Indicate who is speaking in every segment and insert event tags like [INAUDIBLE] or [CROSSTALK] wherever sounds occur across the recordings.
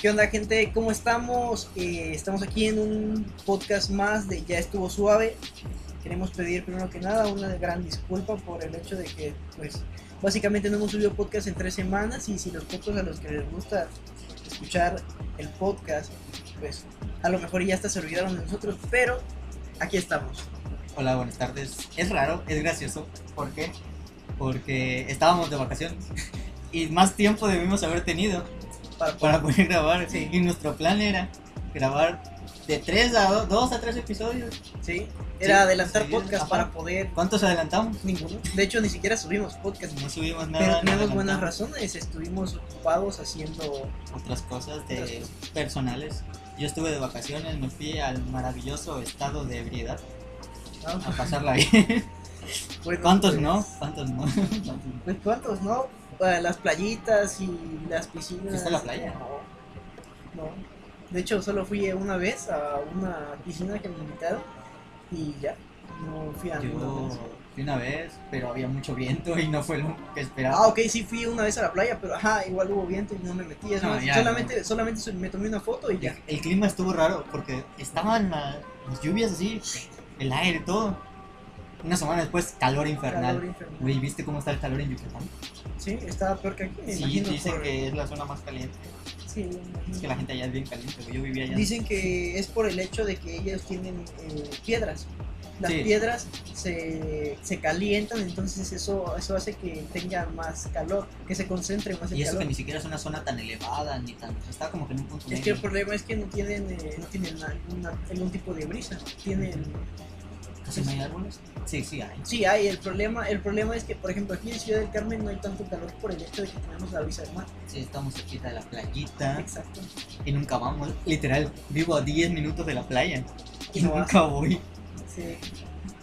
Speaker 1: ¿Qué onda gente? ¿Cómo estamos? Eh, estamos aquí en un podcast más de Ya estuvo suave. Queremos pedir primero que nada una gran disculpa por el hecho de que pues básicamente no hemos subido podcast en tres semanas y si los pocos a los que les gusta escuchar el podcast pues a lo mejor ya hasta se olvidaron de nosotros, pero aquí estamos.
Speaker 2: Hola, buenas tardes. Es raro, es gracioso. ¿Por qué? Porque estábamos de vacaciones [LAUGHS] y más tiempo debimos haber tenido
Speaker 1: Para-
Speaker 2: para poder grabar.
Speaker 1: Sí.
Speaker 2: Y nuestro plan era grabar de 3 a 2, a 3 episodios.
Speaker 1: ¿sí? Era
Speaker 2: Sí,
Speaker 1: adelantar
Speaker 2: sí,
Speaker 1: podcast
Speaker 2: ajá.
Speaker 1: para poder...
Speaker 2: ¿Cuántos adelantamos?
Speaker 1: Ninguno. De hecho, ni siquiera subimos podcast.
Speaker 2: No subimos
Speaker 1: Pero
Speaker 2: nada.
Speaker 1: tenemos
Speaker 2: no
Speaker 1: buenas
Speaker 2: adelantamos
Speaker 1: razones, estuvimos ocupados haciendo...
Speaker 2: Otras cosas
Speaker 1: Otras
Speaker 2: de personales. Yo estuve de vacaciones, me fui al maravilloso estado de ebriedad
Speaker 1: ¿no?
Speaker 2: a
Speaker 1: [LAUGHS]
Speaker 2: pasarla bien.
Speaker 1: Bueno,
Speaker 2: ¿Cuántos
Speaker 1: pues,
Speaker 2: no? ¿Cuántos no? [LAUGHS] ¿Cuántos no?
Speaker 1: Pues cuántos, ¿no? Para las playitas y las piscinas.
Speaker 2: ¿Fuiste a la playa?
Speaker 1: No, no. De hecho, solo fui una vez a una piscina que me invitaron y ya. No fui a
Speaker 2: Yo
Speaker 1: ninguna más.
Speaker 2: fui una vez, pero había mucho viento y no fue lo que
Speaker 1: Ah,
Speaker 2: esperaba.
Speaker 1: ok, sí fui una vez a la playa, pero ajá, igual hubo viento y no me metí. Es
Speaker 2: No,
Speaker 1: más,
Speaker 2: ya,
Speaker 1: solamente, solamente su- me tomé una foto y ya.
Speaker 2: El, el clima estuvo raro porque estaban la- las lluvias así, el aire, todo. Una semana después, calor
Speaker 1: Calor
Speaker 2: infernal.
Speaker 1: infernal.
Speaker 2: Güey, ¿viste cómo está el calor en Yucatán?
Speaker 1: Sí, estaba peor que aquí, me
Speaker 2: Sí,
Speaker 1: imagino.
Speaker 2: dicen
Speaker 1: por-
Speaker 2: que es la zona más caliente.
Speaker 1: Sí, me imagino.
Speaker 2: Es que la gente allá es bien caliente, güey. Yo vivía allá.
Speaker 1: Dicen que es por el hecho de que ellos tienen eh, piedras. Las
Speaker 2: Sí.
Speaker 1: piedras se, se calientan, entonces eso, eso hace que tengan más calor, que se concentre más el
Speaker 2: Y eso que
Speaker 1: calor.
Speaker 2: ni siquiera es una zona tan elevada ni tan. Está como que en un punto
Speaker 1: Es que
Speaker 2: medio.
Speaker 1: el problema es que no tienen, eh, no tienen alguna- algún tipo de brisa. Tienen,
Speaker 2: Casi no hay árboles. Sí, sí, hay.
Speaker 1: sí, hay el problema. El problema es que, por ejemplo, aquí en Ciudad del Carmen no hay tanto calor por el hecho de que tenemos la brisa del mar.
Speaker 2: Sí, estamos cerquita de la playita
Speaker 1: Exacto.
Speaker 2: y nunca vamos. Literal, vivo a 10 minutos de la playa y
Speaker 1: No
Speaker 2: [LAUGHS] nunca voy.
Speaker 1: Sí.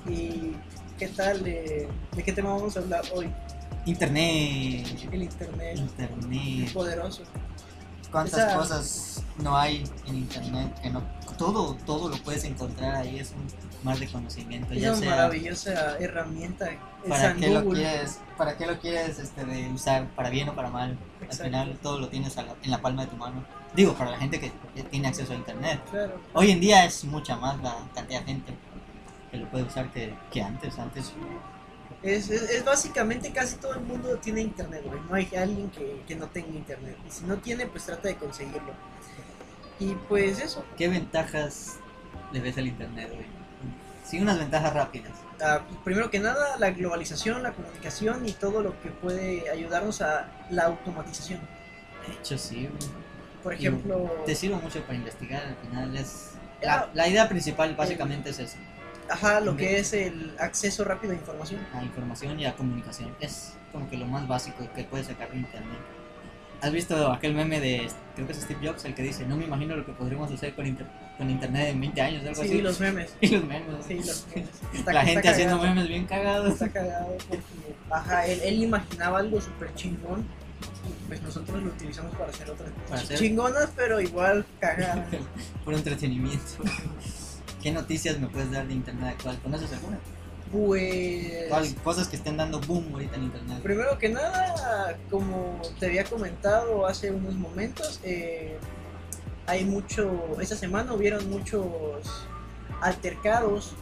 Speaker 1: ¿Y qué tal? eh, ¿De qué tema vamos a hablar hoy?
Speaker 2: Internet.
Speaker 1: El internet
Speaker 2: Internet.
Speaker 1: poderoso.
Speaker 2: ¿Cuántas
Speaker 1: Esa-
Speaker 2: cosas no hay en internet que no? Todo, todo lo puedes encontrar ahí, es un mar de conocimiento.
Speaker 1: Esa
Speaker 2: Pues Ya sea
Speaker 1: maravillosa herramienta es
Speaker 2: para
Speaker 1: San
Speaker 2: qué lo
Speaker 1: Google.
Speaker 2: quieres, para qué lo quieres este, de usar, para bien o para mal.
Speaker 1: Exacto.
Speaker 2: Al final todo lo tienes a la- en la palma de tu mano. Digo, para la gente que que tiene acceso a internet.
Speaker 1: Claro.
Speaker 2: Hoy en día es mucha más la cantidad de gente que lo puede usar que, que antes. Antes
Speaker 1: Es, es- es básicamente casi todo el mundo tiene internet, güey. No hay alguien que, que no tenga internet. Y si no tiene, pues trata de conseguirlo. Y pues eso.
Speaker 2: ¿Qué ventajas le ves al internet hoy? Sí, unas ventajas rápidas.
Speaker 1: Ah, primero que nada, la globalización, la comunicación y todo lo que puede ayudarnos a la automatización.
Speaker 2: De hecho, sí. güey.
Speaker 1: Por
Speaker 2: Y
Speaker 1: ejemplo,
Speaker 2: Te sirve mucho para investigar, al final es...
Speaker 1: Ah.
Speaker 2: La, la idea principal básicamente es eso,
Speaker 1: ajá, lo que es el acceso rápido a información.
Speaker 2: a información y a comunicación. Es como que lo más básico que puedes sacar de internet. ¿Has visto aquel meme de, creo que es Steve Jobs, el que dice, no me imagino lo que podríamos hacer con, inter- con internet en 20 años, algo
Speaker 1: Sí,
Speaker 2: así?
Speaker 1: los memes.
Speaker 2: [LAUGHS] Y los memes.
Speaker 1: Sí, los
Speaker 2: [LAUGHS]
Speaker 1: memes. Está-
Speaker 2: la
Speaker 1: está
Speaker 2: gente haciendo
Speaker 1: cagado.
Speaker 2: memes bien cagados.
Speaker 1: está cagado porque ajá, él, él imaginaba algo súper chingón y pues nosotros lo utilizamos para hacer otras
Speaker 2: Para
Speaker 1: cosas
Speaker 2: hacer-
Speaker 1: chingonas pero igual
Speaker 2: [LAUGHS]
Speaker 1: cagadas
Speaker 2: Por entretenimiento. [LAUGHS] ¿Qué noticias me puedes dar de internet actual? ¿Conoces alguna? ¿Cuál-
Speaker 1: pues
Speaker 2: Cosas que estén dando boom ahorita en internet.
Speaker 1: primero que nada como te había comentado hace unos momentos eh, hay mucho esta semana hubieron muchos altercados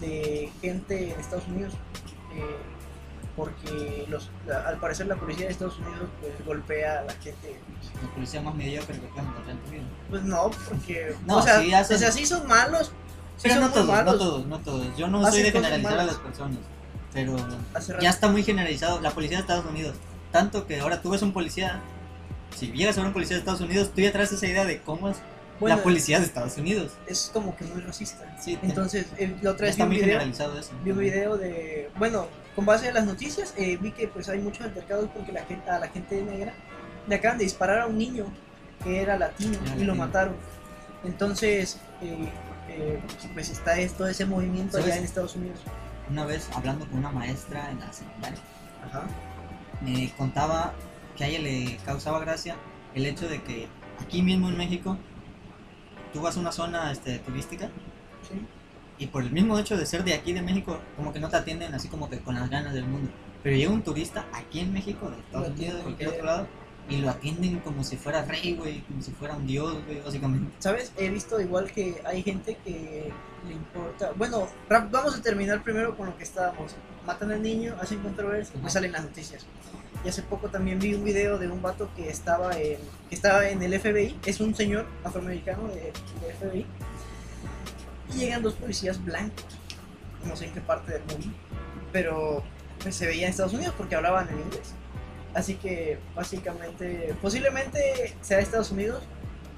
Speaker 1: de gente en Estados Unidos eh, porque los, la- al parecer la policía de Estados Unidos pues, golpea a la gente pues,
Speaker 2: La policía más mediocre que puedes encontrar en tu vida.
Speaker 1: Pues no, porque.
Speaker 2: No,
Speaker 1: o, sea,
Speaker 2: sí hacen-
Speaker 1: o sea, sí son malos. Sí
Speaker 2: Pero
Speaker 1: son
Speaker 2: no
Speaker 1: muy
Speaker 2: todos,
Speaker 1: malos. Ah,
Speaker 2: no todos, no todos. Yo no
Speaker 1: Hacen
Speaker 2: soy de
Speaker 1: cosas
Speaker 2: generalizar a
Speaker 1: malas.
Speaker 2: las personas, pero
Speaker 1: Hace rato-
Speaker 2: ya está muy generalizado. La policía de Estados Unidos, tanto que ahora tú ves un policía, si llegas a ver un policía de Estados Unidos, tú ya traes esa idea de cómo es
Speaker 1: bueno,
Speaker 2: la policía de Estados Unidos.
Speaker 1: Es como que muy racista.
Speaker 2: Sí,
Speaker 1: Entonces, eh, la otra vez
Speaker 2: ya
Speaker 1: vi
Speaker 2: está
Speaker 1: un,
Speaker 2: muy
Speaker 1: video,
Speaker 2: generalizado eso.
Speaker 1: vi un video de. Bueno, con base en las noticias, eh, vi que pues hay muchos altercados porque la gente, a la gente negra le acaban de disparar a un niño que era latino y
Speaker 2: Era
Speaker 1: lo
Speaker 2: Ah, latino.
Speaker 1: mataron. Entonces, eh, eh, pues está es- todo ese movimiento allá
Speaker 2: ¿Sabes?
Speaker 1: en Estados Unidos.
Speaker 2: Una vez hablando con una maestra en la secundaria.
Speaker 1: Ajá.
Speaker 2: me contaba que a ella le causaba gracia el hecho de que aquí mismo en México tú vas a una zona este, turística
Speaker 1: Sí.
Speaker 2: y por el mismo hecho de ser de aquí de México como que no te atienden así como que con las ganas del mundo pero llega un turista aquí en México de Estados
Speaker 1: Lo
Speaker 2: Unidos
Speaker 1: atienden
Speaker 2: de cualquier
Speaker 1: bien.
Speaker 2: otro lado Y lo atienden como si fuera rey, güey, como si fuera un dios, güey, básicamente.
Speaker 1: ¿Sabes? He visto igual que hay gente que le importa. Bueno, rap- vamos a terminar primero con lo que estábamos. Matan al niño, hacen controversia,
Speaker 2: Ajá.
Speaker 1: pues salen las noticias. Y hace poco también vi un video de un vato que estaba en, que estaba en el FBI. Es un señor afroamericano de- del FBI. Y llegan dos policías blancos. No sé en qué parte del mundo. Pero pues, se veía en Estados Unidos porque hablaban en inglés. Así que básicamente, posiblemente sea de Estados Unidos,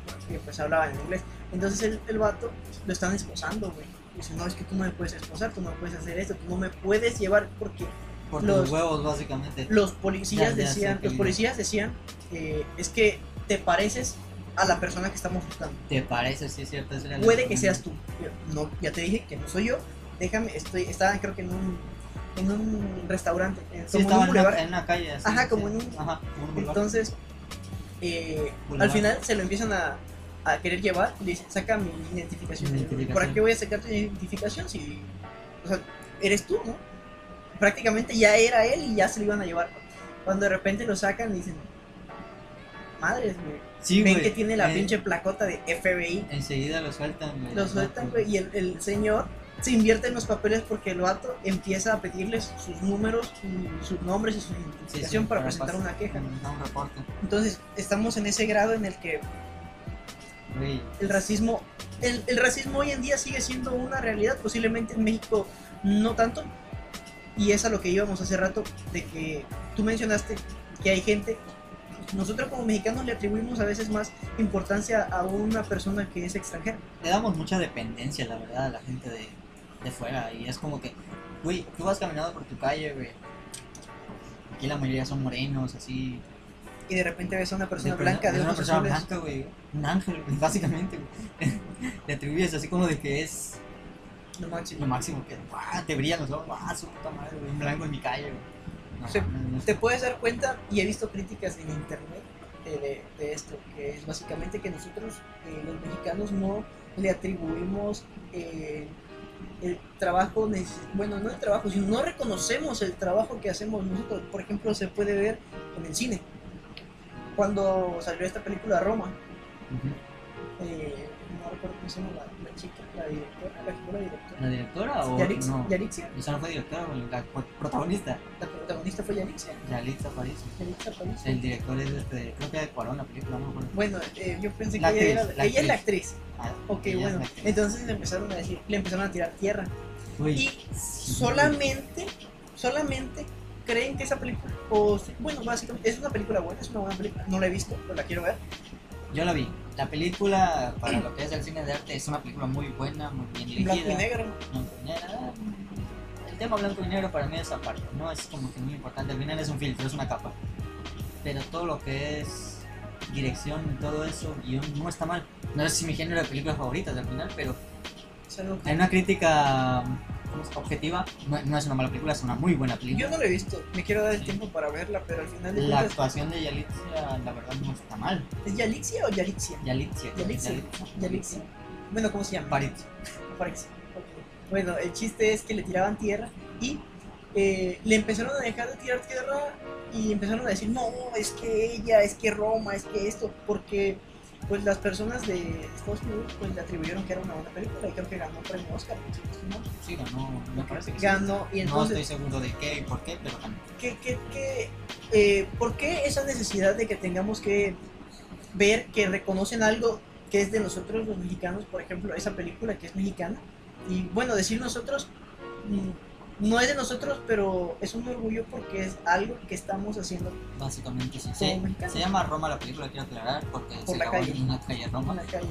Speaker 1: porque pues hablaban en inglés. Entonces el, el vato lo están esposando, güey. Dice, no, es que tú no me puedes esposar, tú no puedes hacer esto, tú no me puedes llevar porque
Speaker 2: Por
Speaker 1: Los-
Speaker 2: los huevos, básicamente.
Speaker 1: los policías
Speaker 2: Ya, ya sé
Speaker 1: decían,
Speaker 2: que
Speaker 1: los
Speaker 2: viene.
Speaker 1: policías decían, eh, es que te pareces a la persona que estamos buscando.
Speaker 2: ¿Te parece? Sí, es cierto. esa era la
Speaker 1: Puede que
Speaker 2: recomendación.
Speaker 1: seas tú. Yo, No, ya te dije que no soy yo. Déjame, estoy, estaba creo que en un, en un restaurante, en, como en
Speaker 2: Sí,
Speaker 1: un
Speaker 2: estaba en
Speaker 1: boulevard.
Speaker 2: una, en una calle. así,
Speaker 1: Ajá,
Speaker 2: sí.
Speaker 1: como en un-
Speaker 2: Ajá, como un boulevard.
Speaker 1: Entonces, eh, al
Speaker 2: Boulevard.
Speaker 1: final se lo empiezan a, a querer llevar. Le dicen, saca mi identificación.
Speaker 2: Mi identificación.
Speaker 1: ¿Para qué voy a sacar tu identificación si o sea, eres tú, no? Prácticamente ya era él y ya se lo iban a llevar. Cuando de repente lo sacan, le dicen, madres, güey.
Speaker 2: Sí,
Speaker 1: Ven
Speaker 2: güey,
Speaker 1: que tiene la
Speaker 2: eh,
Speaker 1: pinche placota de FBI.
Speaker 2: Enseguida lo sueltan, güey.
Speaker 1: Lo sueltan, güey, y el, el señor se invierte en los papeles porque el vato empieza a pedirles sus números, y sus nombres y su
Speaker 2: Sí, sí,
Speaker 1: identificación para presentar
Speaker 2: pas-
Speaker 1: una queja.
Speaker 2: Un, un reporte.
Speaker 1: Entonces, estamos en ese grado en el que
Speaker 2: Güey,
Speaker 1: el racismo, el, el racismo hoy en día sigue siendo una realidad, posiblemente en México no tanto, y es a lo que íbamos hace rato, de que tú mencionaste que hay gente, nosotros como mexicanos le atribuimos a veces más importancia a una persona que es extranjera.
Speaker 2: le damos mucha dependencia, la verdad, a la gente de, de fuera. Y es como que, güey, tú vas caminando por tu calle, güey. Aquí la mayoría son morenos, así.
Speaker 1: Y de repente ves a una persona
Speaker 2: de perso-
Speaker 1: blanca de,
Speaker 2: de una
Speaker 1: ojos
Speaker 2: persona
Speaker 1: azules.
Speaker 2: blanca, güey. Un ángel, güey, [LAUGHS] básicamente, güey. Le atribuyes así como de que es
Speaker 1: No manches.
Speaker 2: lo máximo que ¡guau! te brillan los ojos, ¡guau! su puta madre, güey, un blanco en mi calle, güey. No,
Speaker 1: Sí,
Speaker 2: no, no,
Speaker 1: Te puedes dar cuenta, y he visto críticas en internet de, de- de esto, que es básicamente que nosotros, eh, los mexicanos, no le atribuimos eh, el trabajo, neces- bueno, no el trabajo, sino no reconocemos el trabajo que hacemos nosotros. Por ejemplo, se puede ver en el cine. Cuando salió esta película Roma,
Speaker 2: Ujú.
Speaker 1: eh, no recuerdo cómo se llama la, la chica, la directora, la figura directora.
Speaker 2: ¿La directora o
Speaker 1: Yaritz-
Speaker 2: no?
Speaker 1: Yaritza,
Speaker 2: Esa no fue directora, güey, la pro- protagonista.
Speaker 1: la protagonista fue Yaritza.
Speaker 2: Yalitza París.
Speaker 1: Yaritza Aparicio.
Speaker 2: El director es este, creo que de Cuarón, la película, no me acuerdo.
Speaker 1: Bueno, eh, yo pensé
Speaker 2: La
Speaker 1: que ella,
Speaker 2: actriz,
Speaker 1: era-
Speaker 2: la
Speaker 1: ella es la actriz.
Speaker 2: Ah,
Speaker 1: Ok,
Speaker 2: ella es
Speaker 1: bueno.
Speaker 2: la actriz.
Speaker 1: Entonces le empezaron a decir, le empezaron a tirar tierra.
Speaker 2: Güey,
Speaker 1: Y solamente, solamente creen que esa película, o sí, bueno, básicamente es una película buena, es una buena película, no la he visto, pero la quiero ver.
Speaker 2: Yo la vi. La película, para lo que es el cine de arte, es una película muy buena, muy bien dirigida.
Speaker 1: Blanco y negro.
Speaker 2: blanco y negro. El tema blanco y negro para mí es aparte, no es como que muy importante. Al final es un filtro, es una capa. Pero todo lo que es dirección y todo eso, guión, no está mal. No es mi género de películas favoritas al final, pero
Speaker 1: es algo que-
Speaker 2: en una crítica ¿cómo es? objetiva, no, no es una mala película, es una muy buena película.
Speaker 1: Yo no la he visto, me quiero dar el tiempo para verla, pero al final de
Speaker 2: La
Speaker 1: cuentas,
Speaker 2: actuación de Yalitza, la verdad, no está mal.
Speaker 1: ¿es Yalixia o Yalixia?
Speaker 2: Yalitza.
Speaker 1: Yalitza. Yalixia. Bueno, ¿cómo se llama?
Speaker 2: Paritz.
Speaker 1: Parece. Bueno, el chiste es que le tiraban tierra y eh, le empezaron a dejar de tirar tierra y empezaron a decir, no, es que ella, es que Roma, es que esto, porque pues las personas de Estados Unidos pues le atribuyeron que era una buena película y creo que ganó premio Oscar. si no estoy mal.
Speaker 2: Sí, ganó, me parece que sí.
Speaker 1: Ganó y
Speaker 2: No estoy
Speaker 1: entonces,
Speaker 2: seguro de qué y por qué, pero ganó.
Speaker 1: ¿qué, qué, qué, eh, por qué esa necesidad de que tengamos que ver que reconocen algo que es de nosotros los mexicanos, por ejemplo, esa película que es mexicana? Y bueno, decir nosotros mm, no es de nosotros, pero es un orgullo porque es algo que estamos haciendo
Speaker 2: Básicamente sí.
Speaker 1: como
Speaker 2: Se,
Speaker 1: mexicanos
Speaker 2: se llama Roma la película, quiero aclarar, porque
Speaker 1: Por
Speaker 2: se
Speaker 1: la
Speaker 2: grabó
Speaker 1: calle.
Speaker 2: en una calle
Speaker 1: en
Speaker 2: Roma.
Speaker 1: la calle.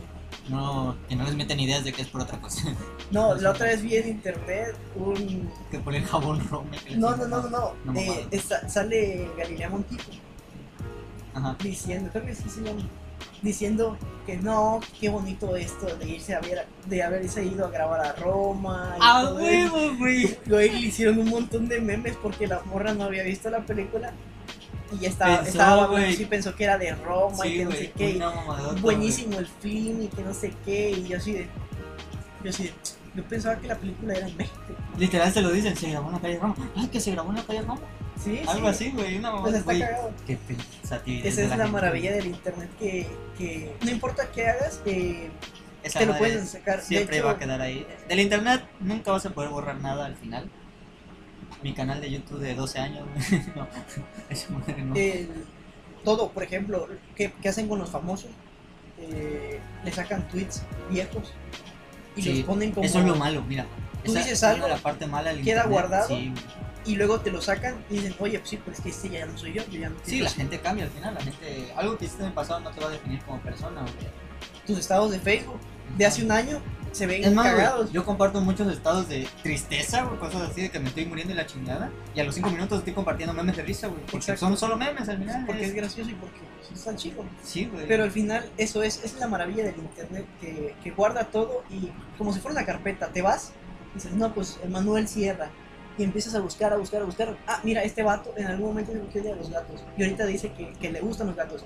Speaker 2: No, que no les meten ideas de que es por otra cosa. [LAUGHS]
Speaker 1: No, la otra vez vi en internet un...
Speaker 2: que por el jabón Roma. que les
Speaker 1: No, no, no,
Speaker 2: inventaron.
Speaker 1: no, no.
Speaker 2: No,
Speaker 1: eh,
Speaker 2: mamá.
Speaker 1: esa- sale Galilea Montijo.
Speaker 2: Ajá.
Speaker 1: diciendo, creo que sí se llama, diciendo que no, qué bonito esto de irse a ver, de haberse ido a grabar a Roma. y
Speaker 2: ¡A
Speaker 1: todo eso.
Speaker 2: huevo, Ah, güey!
Speaker 1: Luego le hicieron un montón de memes porque la morra no había visto la película y ya estaba,
Speaker 2: Pensó,
Speaker 1: estaba bueno,
Speaker 2: güey.
Speaker 1: sí pensó que era de Roma y que Oh
Speaker 2: Sí,
Speaker 1: no
Speaker 2: güey.
Speaker 1: sé qué, y
Speaker 2: una mamadota,
Speaker 1: buenísimo el film y que no sé qué, y yo así de, yo así de, yo pensaba que la película era en México.
Speaker 2: güey. Literal se lo dicen, se grabó en la calle Roma. ¡Ay, que se grabó en la calle Roma!
Speaker 1: Sí, sí.
Speaker 2: Algo así, güey. Una mamá,
Speaker 1: Pues está
Speaker 2: güey.
Speaker 1: cagado.
Speaker 2: Qué pensatividad
Speaker 1: Esa
Speaker 2: de
Speaker 1: es la
Speaker 2: gente,
Speaker 1: maravilla
Speaker 2: güey.
Speaker 1: del internet que, que no importa qué hagas, eh,
Speaker 2: Esa
Speaker 1: te lo
Speaker 2: madre
Speaker 1: pueden sacar. De
Speaker 2: Siempre
Speaker 1: hecho,
Speaker 2: va a quedar ahí. Del internet nunca vas a poder borrar nada al final. Mi canal de YouTube de 12 años, güey, [LAUGHS] no. Esa madre no.
Speaker 1: el- todo, por ejemplo, que, que hacen con los famosos, Eh, le sacan tweets viejos y
Speaker 2: Sí,
Speaker 1: los ponen como...
Speaker 2: Eso es lo malo, mira.
Speaker 1: Tú
Speaker 2: Esa
Speaker 1: dices
Speaker 2: es
Speaker 1: algo,
Speaker 2: una de la parte mala del
Speaker 1: queda
Speaker 2: internet.
Speaker 1: guardado.
Speaker 2: Sí, güey.
Speaker 1: Y luego te lo sacan y dicen, oye, pues sí, pues es que este ya no soy yo, yo ya no
Speaker 2: Sí,
Speaker 1: soy
Speaker 2: la gente cambia al final. La gente, algo que hiciste en el pasado no te va a definir como persona. güey.
Speaker 1: Tus estados de Facebook de hace un año se ven
Speaker 2: Es más, güey,
Speaker 1: cagados.
Speaker 2: yo comparto muchos estados de tristeza, güey, cosas así de que me estoy muriendo y la chingada. Y a los 5 minutos estoy compartiendo memes de risa, güey. Porque
Speaker 1: Exacto.
Speaker 2: son solo memes al final.
Speaker 1: porque es
Speaker 2: es-
Speaker 1: gracioso y porque pues, es tan chico.
Speaker 2: Sí, güey.
Speaker 1: Pero al final, eso es, es la maravilla del internet que, que guarda todo y como si fuera una carpeta, te vas y dices, no, pues Manuel Sierra. Y empiezas a buscar, a buscar, a buscar. Ah, mira, este vato en algún momento dijo que odia a los gatos. Y ahorita dice que, que le gustan los gatos.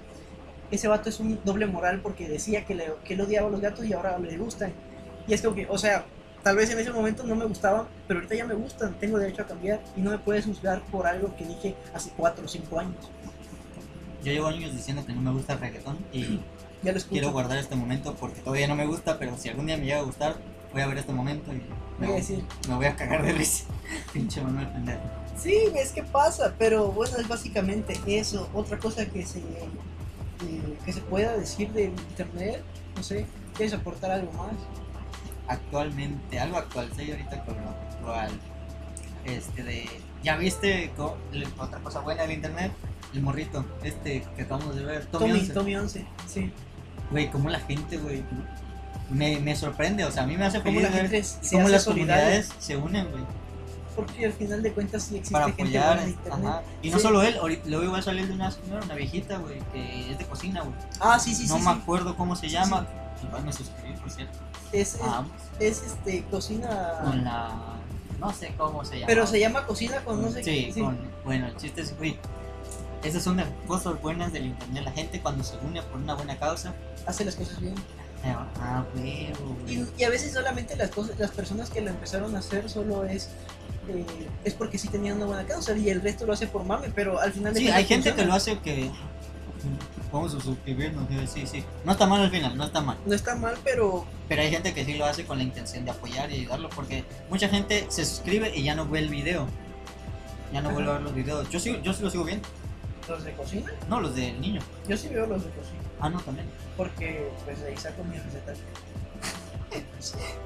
Speaker 1: Ese vato es un doble moral porque decía que, le, que él odiaba a los gatos y ahora le gustan. Y es como que, o sea, tal vez en ese momento no me gustaban, pero ahorita ya me gustan. Tengo derecho a cambiar y no me puedes juzgar por algo que dije hace 4 o 5 años.
Speaker 2: Yo llevo años diciendo que no me gusta el reggaetón y
Speaker 1: Ya lo escucho.
Speaker 2: quiero guardar este momento porque todavía no me gusta, pero si algún día me llega a gustar, voy a ver este momento y me,
Speaker 1: Voy a decir,
Speaker 2: me voy a cagar de risa. [LAUGHS] Pinche Manuel pendejo.
Speaker 1: Sí, es que pasa, pero bueno, es básicamente eso. Otra cosa que se, eh, que se pueda decir del internet, no sé, ¿quieres aportar algo más?
Speaker 2: Actualmente, algo actual, estoy ahorita con lo actual. Este de. ¿Ya viste co- le- otra cosa buena del internet? El morrito, este que acabamos de ver, Tommy
Speaker 1: Tommy,
Speaker 2: Once.
Speaker 1: Tommy 11, sí.
Speaker 2: Güey, cómo la gente, güey. Me, me sorprende, o sea, a mí me hace
Speaker 1: Como
Speaker 2: feliz
Speaker 1: la
Speaker 2: ver
Speaker 1: gente se
Speaker 2: cómo
Speaker 1: hace
Speaker 2: las
Speaker 1: solidaria,
Speaker 2: comunidades se unen, güey.
Speaker 1: porque al final de cuentas sí existe
Speaker 2: para
Speaker 1: gente
Speaker 2: apoyar.
Speaker 1: buena en internet.
Speaker 2: Ajá. Y no
Speaker 1: Sí.
Speaker 2: solo él, ahorita luego iba a salir de una señora, una viejita, güey, que es de cocina, güey.
Speaker 1: Ah, sí, sí,
Speaker 2: no
Speaker 1: sí.
Speaker 2: me
Speaker 1: sí.
Speaker 2: acuerdo cómo se
Speaker 1: Sí,
Speaker 2: llama. Igual me suscribí, por cierto.
Speaker 1: Es, es,
Speaker 2: Ah,
Speaker 1: es, este, cocina,
Speaker 2: con la. No sé cómo se llama.
Speaker 1: pero se llama cocina con Pues no sé
Speaker 2: Sí,
Speaker 1: qué.
Speaker 2: con. Bueno, el chiste es, güey. Esas son las cosas buenas del internet. La gente cuando se une por una buena causa.
Speaker 1: hace las cosas bien.
Speaker 2: eh, Ah, güey,
Speaker 1: Y,
Speaker 2: güey.
Speaker 1: y a veces solamente las cosas, las personas que lo empezaron a hacer solo es eh, es porque sí tenían una buena causa y el resto lo hace por mame, pero al final de
Speaker 2: Sí,
Speaker 1: cuentas
Speaker 2: hay gente que
Speaker 1: funciona.
Speaker 2: lo hace que. Vamos a suscribirnos, eh, sí, sí. No está mal al final, no está mal.
Speaker 1: no está mal, pero
Speaker 2: Pero hay gente que sí lo hace con la intención de apoyar y ayudarlo, porque mucha gente se suscribe y ya no ve el video. Ya no
Speaker 1: Ajá.
Speaker 2: vuelve a ver los videos. Yo, sigo, yo sí lo sigo viendo.
Speaker 1: los de cocina,
Speaker 2: No, los del niño.
Speaker 1: yo sí veo los de cocina,
Speaker 2: Ah, no, también.
Speaker 1: porque pues ahí saco mis recetas.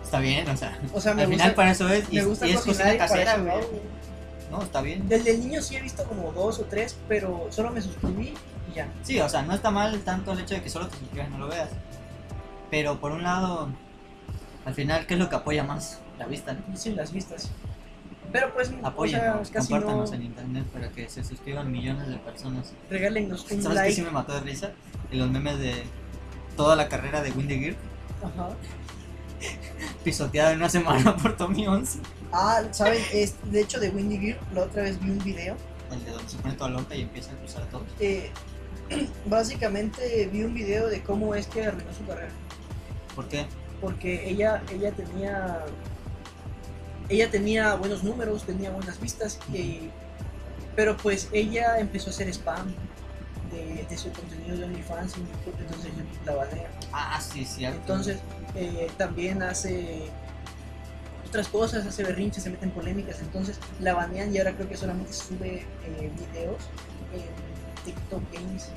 Speaker 2: Está bien, o sea.
Speaker 1: O sea, me
Speaker 2: Al final
Speaker 1: gusta,
Speaker 2: para eso es. Y,
Speaker 1: me gusta
Speaker 2: y es
Speaker 1: cocinar
Speaker 2: cocina
Speaker 1: y para
Speaker 2: casera,
Speaker 1: eso lo
Speaker 2: güey.
Speaker 1: hago, güey.
Speaker 2: No, está bien.
Speaker 1: Desde el niño sí he visto como dos o tres, pero solo me suscribí y ya.
Speaker 2: Sí, o sea, no está mal tanto el hecho de que solo te suscribas y no lo veas. Pero por un lado, al final, ¿qué es lo que apoya más? La vista, ¿no?
Speaker 1: Sí, las vistas. Pero pues,
Speaker 2: Apóyennos,
Speaker 1: o sea, casi no
Speaker 2: compártanos en internet para que se suscriban millones de personas.
Speaker 1: regálennos un
Speaker 2: ¿Sabes qué
Speaker 1: like.
Speaker 2: sí me mató de risa? En los memes de toda la carrera de Windy Gear,
Speaker 1: Ajá.
Speaker 2: pisoteada en una semana [LAUGHS] por Tommy 11.
Speaker 1: Ah, ¿saben? Es, de hecho, de Windy Gear, la otra vez vi un video.
Speaker 2: El de donde se pone toda loca y empieza a acusar a todos.
Speaker 1: Eh, [CLEARS THROAT] básicamente vi un video de cómo es que arruinó su carrera.
Speaker 2: ¿Por qué?
Speaker 1: Porque ella, ella tenía. Ella tenía buenos números, tenía buenas vistas. eh, pero pues ella empezó a hacer spam de, de su contenido de OnlyFans y YouTube, entonces YouTube la banea.
Speaker 2: Ah, sí, cierto.
Speaker 1: Entonces eh, también hace otras cosas, hace berrinches, se meten polémicas, entonces la banean y ahora creo que solamente sube eh, videos en TikTok Games.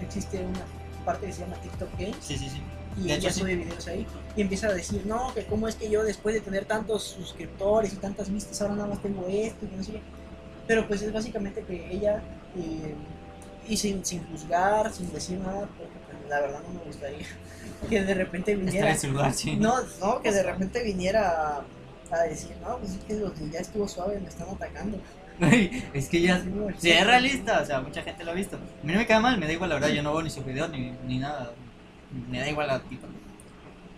Speaker 1: Existe una parte que se llama TikTok Games
Speaker 2: Sí, sí, sí.
Speaker 1: y
Speaker 2: De hecho,
Speaker 1: ella
Speaker 2: sí.
Speaker 1: sube videos ahí y empieza a decir, no, que cómo es que yo después de tener tantos suscriptores y tantas vistas ahora nada más tengo esto y que no sé qué". Pero pues es básicamente que ella, eh, y sin, sin juzgar, sin decir nada, porque pues, la verdad no me gustaría [LAUGHS] que de repente
Speaker 2: Estar
Speaker 1: viniera...
Speaker 2: en su lugar, sí.
Speaker 1: No, no, que de repente viniera a, a decir, no, pues es que los que ya estuvo suave me están atacando.
Speaker 2: [LAUGHS] Güey, es que ya.
Speaker 1: Sí, güey.
Speaker 2: Si es realista, o sea, mucha gente lo ha visto. A mí no me cae mal, me da igual, la verdad, yo no veo ni sus videos ni, ni nada. Me da igual la tipa.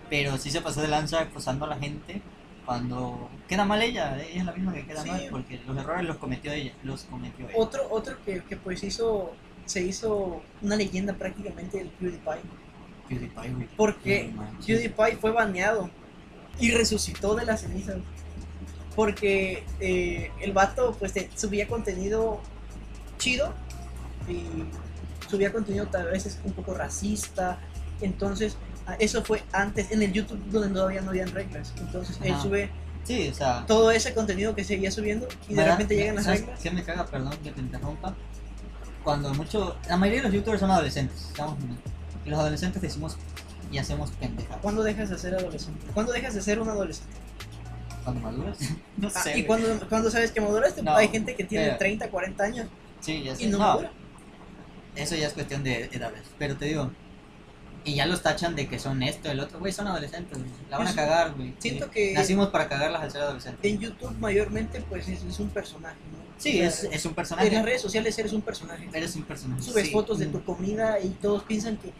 Speaker 2: Pero sí se pasó de lanza acosando a la gente cuando queda mal ella. Ella es la misma que queda
Speaker 1: Sí.
Speaker 2: mal porque los errores los cometió ella. Los cometió ella.
Speaker 1: Otro, otro que, que pues hizo, se hizo una leyenda prácticamente del PewDiePie.
Speaker 2: PewDiePie, güey.
Speaker 1: Porque
Speaker 2: No manches.
Speaker 1: PewDiePie fue baneado y resucitó de las cenizas. Porque eh, el vato pues te- subía contenido chido y subía contenido tal vez es un poco racista. Entonces, ah, eso fue antes en el YouTube donde todavía no habían reglas. Entonces, él
Speaker 2: Ajá.
Speaker 1: sube
Speaker 2: Sí, o sea.
Speaker 1: todo ese contenido que seguía subiendo y de
Speaker 2: ¿verdad?
Speaker 1: repente llegan las
Speaker 2: ¿Sabes
Speaker 1: reglas.
Speaker 2: ¿Qué me caga? Perdón que te interrumpa. Cuando mucho. La mayoría de los youtubers son adolescentes. Estamos en- Y los adolescentes decimos y hacemos pendejadas.
Speaker 1: ¿Cuándo dejas de ser adolescente? ¿Cuándo dejas de ser un adolescente?
Speaker 2: Cuando maduras. [LAUGHS] No
Speaker 1: Ah,
Speaker 2: sé.
Speaker 1: ¿Y
Speaker 2: güey.
Speaker 1: cuándo, cuándo sabes que maduraste?
Speaker 2: No,
Speaker 1: Hay gente que tiene
Speaker 2: pero-
Speaker 1: 30, 40 años
Speaker 2: Sí, ya sé.
Speaker 1: y no,
Speaker 2: No,
Speaker 1: madura.
Speaker 2: eso ya es cuestión de edades. Pero te digo. Y ya los tachan de que son esto, el otro. Güey, son adolescentes. güey. La van a
Speaker 1: Yo
Speaker 2: cagar, güey.
Speaker 1: Siento
Speaker 2: Sí.
Speaker 1: que
Speaker 2: Nacimos para cagarlas al ser adolescentes.
Speaker 1: en YouTube mayormente pues es, es un personaje. ¿no?
Speaker 2: Sí,
Speaker 1: O
Speaker 2: es,
Speaker 1: sea,
Speaker 2: es un
Speaker 1: En las
Speaker 2: personaje.
Speaker 1: redes sociales eres un personaje.
Speaker 2: Eres un personaje.
Speaker 1: Subes
Speaker 2: sí. Mm.
Speaker 1: fotos de tu comida y todos piensan que,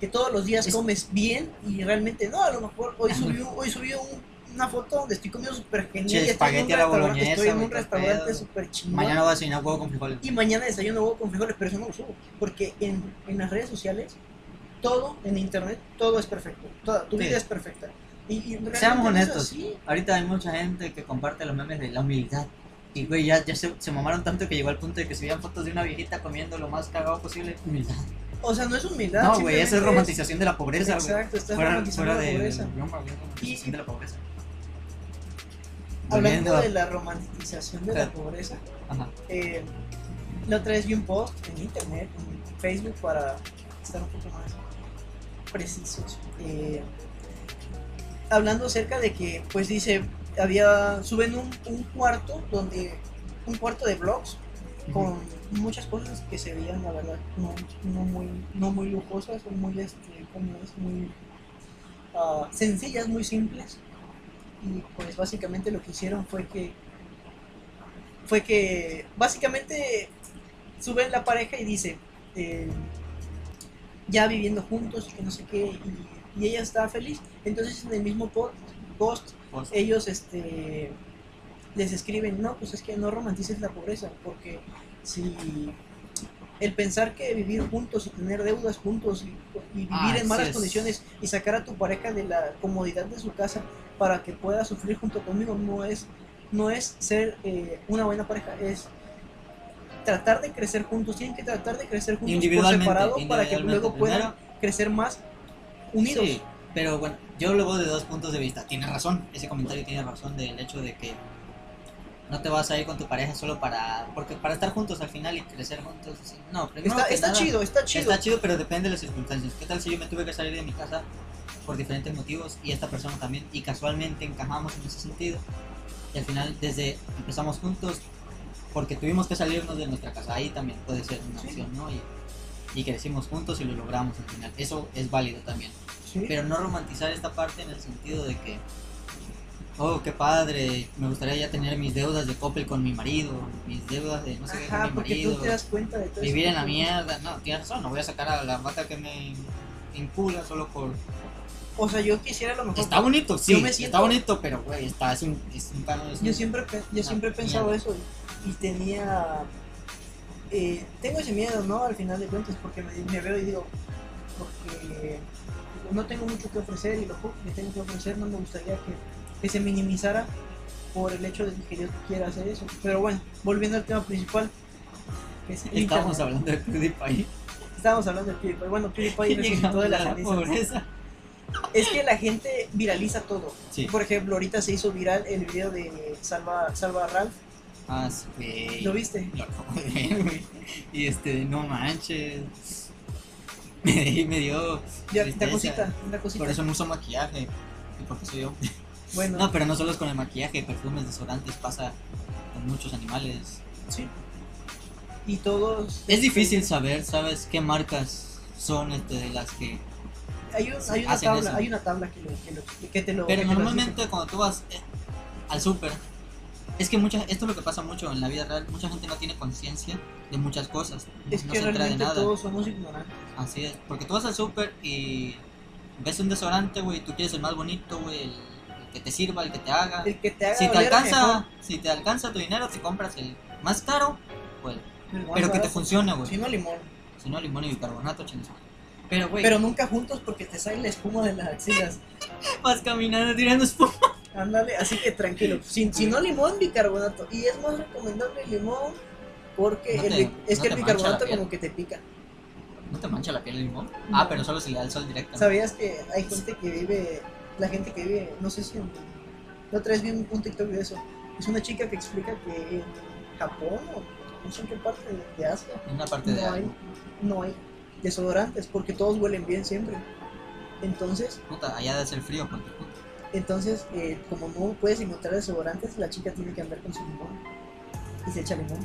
Speaker 1: que todos los días
Speaker 2: Es-
Speaker 1: comes bien y realmente no, a lo mejor hoy
Speaker 2: Ajá.
Speaker 1: subí, un- hoy subí un- una foto donde estoy comiendo súper genial.
Speaker 2: Che,
Speaker 1: y estoy en un
Speaker 2: espagueti a la
Speaker 1: restaurante-
Speaker 2: boloñesa,
Speaker 1: Estoy en
Speaker 2: güey,
Speaker 1: un
Speaker 2: qué
Speaker 1: restaurante
Speaker 2: pedo.
Speaker 1: súper chingón.
Speaker 2: Mañana vas a cenar huevo con frijoles.
Speaker 1: y mañana desayuno huevo con frijoles, pero eso no lo subo. Porque en, en las redes sociales, todo, en internet, todo es perfecto. Toda, tu
Speaker 2: Sí.
Speaker 1: vida es perfecta. Y, y realmente
Speaker 2: Seamos
Speaker 1: no es
Speaker 2: honestos.
Speaker 1: así.
Speaker 2: Ahorita hay mucha gente que comparte los memes de la humildad. Y güey, ya, ya se, se mamaron tanto que llegó al punto de que subían fotos de una viejita comiendo lo más cagado posible. Humildad.
Speaker 1: O sea, no es humildad.
Speaker 2: No, güey,
Speaker 1: simplemente
Speaker 2: eso es romantización de la pobreza, güey.
Speaker 1: Exacto, estás
Speaker 2: Fuera,
Speaker 1: romantizando
Speaker 2: fuera
Speaker 1: la
Speaker 2: de,
Speaker 1: pobreza.
Speaker 2: de broma, güey, romantización de la pobreza.
Speaker 1: Hablando
Speaker 2: Volviendo-
Speaker 1: de la romantización de la
Speaker 2: Ajá.
Speaker 1: pobreza,
Speaker 2: Ajá.
Speaker 1: eh, la otra vez vi un post en internet, en Facebook, para estar un poco más precisos. eh, hablando acerca de que, pues dice, había, suben un, un cuarto donde, un cuarto de blogs con muchas cosas que se veían, la verdad, no, no, muy, no muy lujosas, o muy, este, como es, muy ah, sencillas, muy simples. Y pues básicamente lo que hicieron fue que, fue que, básicamente suben la pareja y dice, eh, ya viviendo juntos, que no sé qué, y, y ella está feliz. Entonces en el mismo po- post
Speaker 2: Pues,
Speaker 1: ellos este les escriben, no, pues es que no romantices la pobreza, porque si el pensar que vivir juntos y tener deudas juntos y, y vivir
Speaker 2: Ah,
Speaker 1: en malas
Speaker 2: sí es.
Speaker 1: condiciones y sacar a tu pareja de la comodidad de su casa para que pueda sufrir junto conmigo no es no es ser eh, una buena pareja, es tratar de crecer juntos, tienen que tratar de crecer juntos por
Speaker 2: individualmente,
Speaker 1: separado para que
Speaker 2: individualmente.
Speaker 1: luego puedan
Speaker 2: Primero,
Speaker 1: crecer más unidos.
Speaker 2: Sí, pero bueno, yo lo veo de dos puntos de vista. Tiene razón, ese comentario tiene razón del hecho de que no te vas a ir con tu pareja solo para porque para estar juntos al final y crecer juntos. sí. No, primero
Speaker 1: está
Speaker 2: que
Speaker 1: está
Speaker 2: nada,
Speaker 1: chido, está chido.
Speaker 2: Está chido, pero depende de las circunstancias. ¿Qué tal si yo me tuve que salir de mi casa por diferentes motivos y esta persona también y casualmente encajamos en ese sentido? Y al final desde empezamos juntos porque tuvimos que salirnos de nuestra casa. Ahí también puede ser una
Speaker 1: Sí.
Speaker 2: opción, ¿no? Y, y crecimos juntos y lo logramos al final. Eso es válido también.
Speaker 1: Sí.
Speaker 2: Pero no romantizar esta parte en el sentido de que, oh, qué padre, me gustaría ya tener mis deudas de Coppel con mi marido, mis deudas de no sé qué con
Speaker 1: Ajá,
Speaker 2: mi
Speaker 1: porque
Speaker 2: marido
Speaker 1: tú te das cuenta de todo
Speaker 2: vivir
Speaker 1: ese
Speaker 2: en la
Speaker 1: tipo de
Speaker 2: mierda. No, tienes razón, no voy a sacar a la vaca que me impula solo por.
Speaker 1: cosas. O sea, yo quisiera a lo mejor.
Speaker 2: Está bonito, sí,
Speaker 1: me siento-
Speaker 2: está bonito, pero güey, está, es un, es un pano, es
Speaker 1: Yo
Speaker 2: un-
Speaker 1: siempre, pe- yo
Speaker 2: Ah,
Speaker 1: siempre he pensado eso y, y tenía. eh, tengo ese miedo, ¿no? Al final de cuentas, porque me, me veo y digo, porque no tengo mucho que ofrecer y lo poco que tengo que ofrecer no me gustaría que, que se minimizara por el hecho de que yo quiera hacer eso. Pero bueno, volviendo al tema principal, que es el
Speaker 2: Estábamos
Speaker 1: internet.
Speaker 2: hablando de
Speaker 1: [LAUGHS]
Speaker 2: PewDiePie.
Speaker 1: Estábamos hablando de PewDiePie. Bueno, PewDiePie
Speaker 2: [LAUGHS] Y
Speaker 1: resucitó
Speaker 2: llegamos
Speaker 1: de
Speaker 2: a
Speaker 1: la
Speaker 2: la
Speaker 1: ceniza.
Speaker 2: pobreza.
Speaker 1: Es que la gente viraliza todo.
Speaker 2: Sí.
Speaker 1: Por ejemplo, ahorita se hizo viral el video de Salva, Salva a Ralph.
Speaker 2: Ah, sí, güey.
Speaker 1: ¿Lo viste?
Speaker 2: Lo acabo de ver, güey. Y este, no manches. [LAUGHS] Me, me dio.
Speaker 1: Ya, la
Speaker 2: tristeza.
Speaker 1: cosita, la cosita.
Speaker 2: Por eso no uso maquillaje. Y porque soy yo.
Speaker 1: Bueno,
Speaker 2: No, pero no solo es con el maquillaje, perfumes, desodorantes, pasa con muchos animales.
Speaker 1: sí. Y todos.
Speaker 2: Es difícil saber, ¿sabes? ¿Qué marcas son este, de las que...
Speaker 1: Hay, un- hay una
Speaker 2: hacen
Speaker 1: tabla,
Speaker 2: eso.
Speaker 1: hay una tabla que, lo, que, lo- que te lo.
Speaker 2: Pero
Speaker 1: que te lo
Speaker 2: normalmente cuando tú vas eh, al súper, es que muchas, esto es lo que pasa mucho en la vida real, mucha gente no tiene conciencia de muchas cosas,
Speaker 1: dice. Es
Speaker 2: no
Speaker 1: que
Speaker 2: se entera de
Speaker 1: realmente
Speaker 2: nada.
Speaker 1: todos somos ignorantes.
Speaker 2: Así es, porque tú vas al súper y ves un desodorante, güey, tú quieres el más bonito, güey, el, el que te sirva, el que te haga.
Speaker 1: El que te haga.
Speaker 2: Si te,
Speaker 1: oler
Speaker 2: alcanza, si te alcanza tu dinero, te compras el más caro, güey,
Speaker 1: mejor, más
Speaker 2: pero que te
Speaker 1: barato.
Speaker 2: funcione, güey.
Speaker 1: Sí, no limón.
Speaker 2: Si no, limón y bicarbonato, chingues. Pero, güey,
Speaker 1: Pero nunca juntos porque te sale la espuma de las axilas.
Speaker 2: vas caminando tirando espuma.
Speaker 1: Ándale, así que tranquilo. Si, si no limón, bicarbonato. Y es más recomendable limón Porque
Speaker 2: No
Speaker 1: el
Speaker 2: te-
Speaker 1: bic- es
Speaker 2: no
Speaker 1: que el
Speaker 2: te mancha la
Speaker 1: bicarbonato
Speaker 2: piel.
Speaker 1: como que te pica.
Speaker 2: ¿No te mancha la piel el limón?
Speaker 1: No.
Speaker 2: Ah, pero solo si le da el sol directo. ¿no?
Speaker 1: ¿Sabías que hay gente que vive, la gente que vive, no sé si en, la otra vez vi un, un TikTok de eso, es una chica que explica que en Japón o no sé en qué parte de, de Asia
Speaker 2: En una parte de
Speaker 1: no hay,
Speaker 2: algo.
Speaker 1: no hay desodorantes porque todos huelen bien siempre. Entonces,
Speaker 2: Puta, allá de hacer frío porque puta.
Speaker 1: entonces eh, como no puedes encontrar desodorantes, la chica tiene que andar con su limón y se echa limón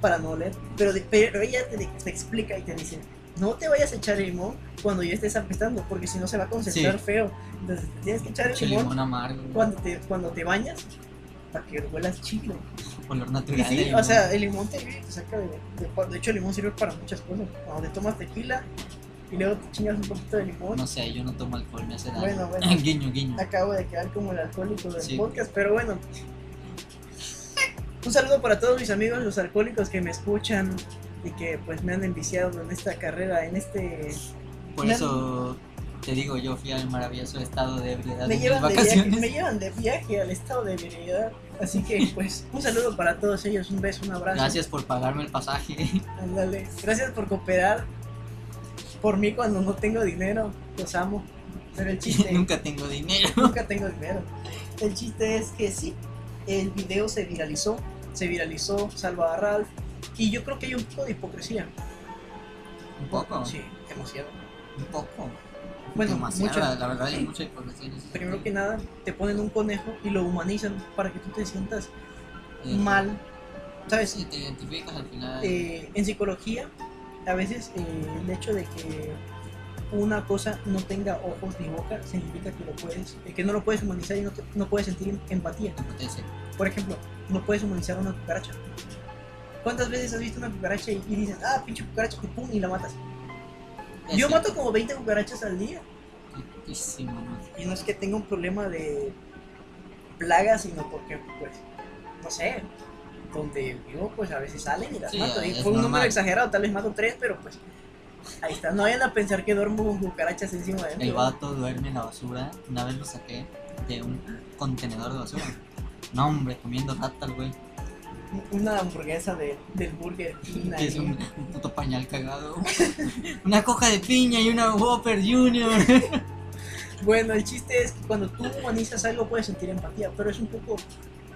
Speaker 1: para no oler. Pero, de- pero ella te, te explica y te dice, no te vayas a echar el limón cuando ya estés apestando, porque si no se va a concentrar
Speaker 2: Sí.
Speaker 1: feo. Entonces te tienes que echar el
Speaker 2: Pinche
Speaker 1: limón,
Speaker 2: limón amargo.
Speaker 1: cuando, te, cuando te bañas para que huelas chido.
Speaker 2: Olor natural. ¿eh?
Speaker 1: Y sí,
Speaker 2: de
Speaker 1: o
Speaker 2: limón.
Speaker 1: sea, el limón te ayuda y te saca de, de... De hecho, el limón sirve para muchas cosas. Cuando te tomas tequila y luego te chingas un poquito de limón,
Speaker 2: No sé, yo no tomo alcohol, me hace daño.
Speaker 1: Bueno, bueno.
Speaker 2: [LAUGHS] guiño, guiño.
Speaker 1: acabo de quedar como el alcohólico del
Speaker 2: Sí.
Speaker 1: podcast, pero bueno. Un saludo para todos mis amigos, los alcohólicos que me escuchan y que pues me han enviciado en esta carrera, en este...
Speaker 2: Por eso te digo, yo fui al maravilloso estado de ebriedad
Speaker 1: Me
Speaker 2: en
Speaker 1: llevan, de
Speaker 2: mis
Speaker 1: viaje,
Speaker 2: vacaciones.
Speaker 1: me llevan de viaje al estado de ebriedad. Así
Speaker 2: [LAUGHS]
Speaker 1: que pues un saludo para todos ellos, un beso, un abrazo.
Speaker 2: Gracias por pagarme el pasaje.
Speaker 1: Ándale. Gracias por cooperar por mí cuando no tengo dinero. Los amo. Pero el chiste,
Speaker 2: [LAUGHS] [LAUGHS] Nunca tengo dinero.
Speaker 1: nunca tengo dinero. El chiste es que sí, el video se viralizó, se viralizó, salva a Ralph. Y yo creo que hay un poco de hipocresía.
Speaker 2: Un poco.
Speaker 1: Sí, demasiado.
Speaker 2: Un poco.
Speaker 1: Bueno,
Speaker 2: Demasiada,
Speaker 1: mucho.
Speaker 2: la verdad hay mucha hipocresía en ese
Speaker 1: Primero que
Speaker 2: sentido.
Speaker 1: nada, te ponen un conejo y lo humanizan para que tú te sientas
Speaker 2: Eh,
Speaker 1: mal. ¿Sabes?
Speaker 2: Sí, te identificas al final.
Speaker 1: eh, en psicología, a veces eh, el hecho de que una cosa no tenga ojos ni boca significa que, lo puedes, eh, que no lo puedes humanizar y no, te- no puedes sentir empatía.
Speaker 2: tu potencia.
Speaker 1: Por ejemplo, no puedes humanizar una cucaracha. ¿Cuántas veces has visto una cucaracha y, y dices, ah, pinche cucaracha, y pum, y la matas? Yo
Speaker 2: Ese,
Speaker 1: mato como 20 cucarachas al día.
Speaker 2: putísimo, man.
Speaker 1: Y no es que tenga un problema de plaga, sino porque, pues, no sé, donde vivo, pues a veces salen y las
Speaker 2: Sí,
Speaker 1: mato. Y
Speaker 2: es
Speaker 1: fue un número
Speaker 2: normal.
Speaker 1: exagerado, tal vez mato tres, pero pues, ahí está. No vayan a pensar que duermo con cucarachas encima de mí.
Speaker 2: El vato duerme en la basura. Una vez lo saqué de un contenedor de basura. No, hombre, comiendo ratas, güey.
Speaker 1: Una hamburguesa de, del Burger King
Speaker 2: Que es
Speaker 1: ahí.
Speaker 2: un, un puto pañal cagado. [LAUGHS] una coja de piña y una Whopper Junior. [LAUGHS]
Speaker 1: Bueno, el chiste es que cuando tú humanizas algo puedes sentir empatía, pero es un poco...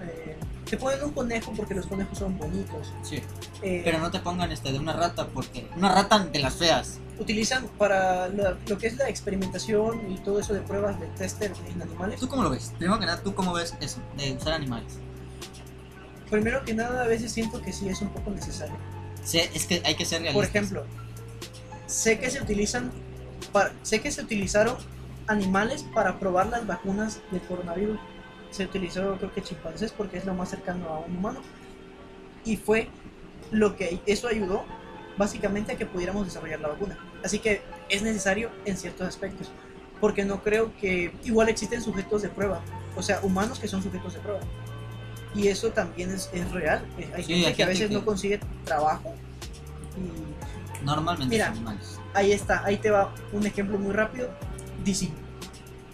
Speaker 1: eh, te ponen un conejo porque los conejos son bonitos.
Speaker 2: sí,
Speaker 1: Eh,
Speaker 2: pero no te pongan este de una rata porque una rata de las feas.
Speaker 1: utilizan para la- lo que es la experimentación y todo eso de pruebas de tester en animales.
Speaker 2: ¿Tú cómo lo ves? Primero que nada, ¿tú cómo ves eso de usar animales?
Speaker 1: Primero que nada, a veces siento que sí es un poco necesario.
Speaker 2: Se- es que hay que ser
Speaker 1: Por
Speaker 2: realistas.
Speaker 1: ejemplo, sé que se utilizan para- sé que se utilizaron animales para probar las vacunas del coronavirus. Se utilizó creo que chimpancés porque es lo más cercano a un humano. Y fue lo que eso ayudó básicamente a que pudiéramos desarrollar la vacuna. Así que es necesario en ciertos aspectos, porque no creo que igual existen sujetos de prueba, o sea, humanos que son sujetos de prueba. Y eso también es, es real. eh, Hay
Speaker 2: Sí,
Speaker 1: gente
Speaker 2: hay
Speaker 1: que a
Speaker 2: gente
Speaker 1: veces
Speaker 2: que-
Speaker 1: no consigue trabajo y
Speaker 2: Normalmente
Speaker 1: Mira.
Speaker 2: son animales.
Speaker 1: ahí está, ahí te va un ejemplo muy rápido. DC.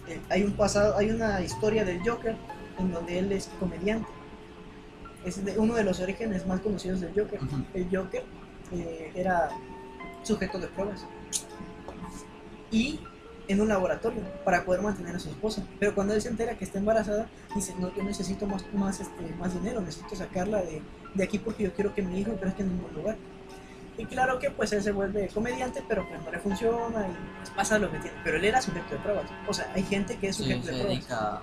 Speaker 1: Eh, hay un pasado, hay una historia del Joker en donde él es comediante. Es de- uno de los orígenes más conocidos del Joker.
Speaker 2: Ujú.
Speaker 1: El Joker eh, era sujeto de pruebas. Y en un laboratorio para poder mantener a su esposa. Pero cuando él se entera que está embarazada, dice, no, yo necesito más, más, este, más dinero, necesito sacarla de, de aquí porque yo quiero que mi hijo crezca en un buen lugar. Y claro que pues él se vuelve comediante, pero pues no le funciona y pues, pasa lo que tiene. Pero él era sujeto de pruebas. O sea, hay gente que es
Speaker 2: Sí,
Speaker 1: sujeto
Speaker 2: se
Speaker 1: de pruebas.
Speaker 2: dedica.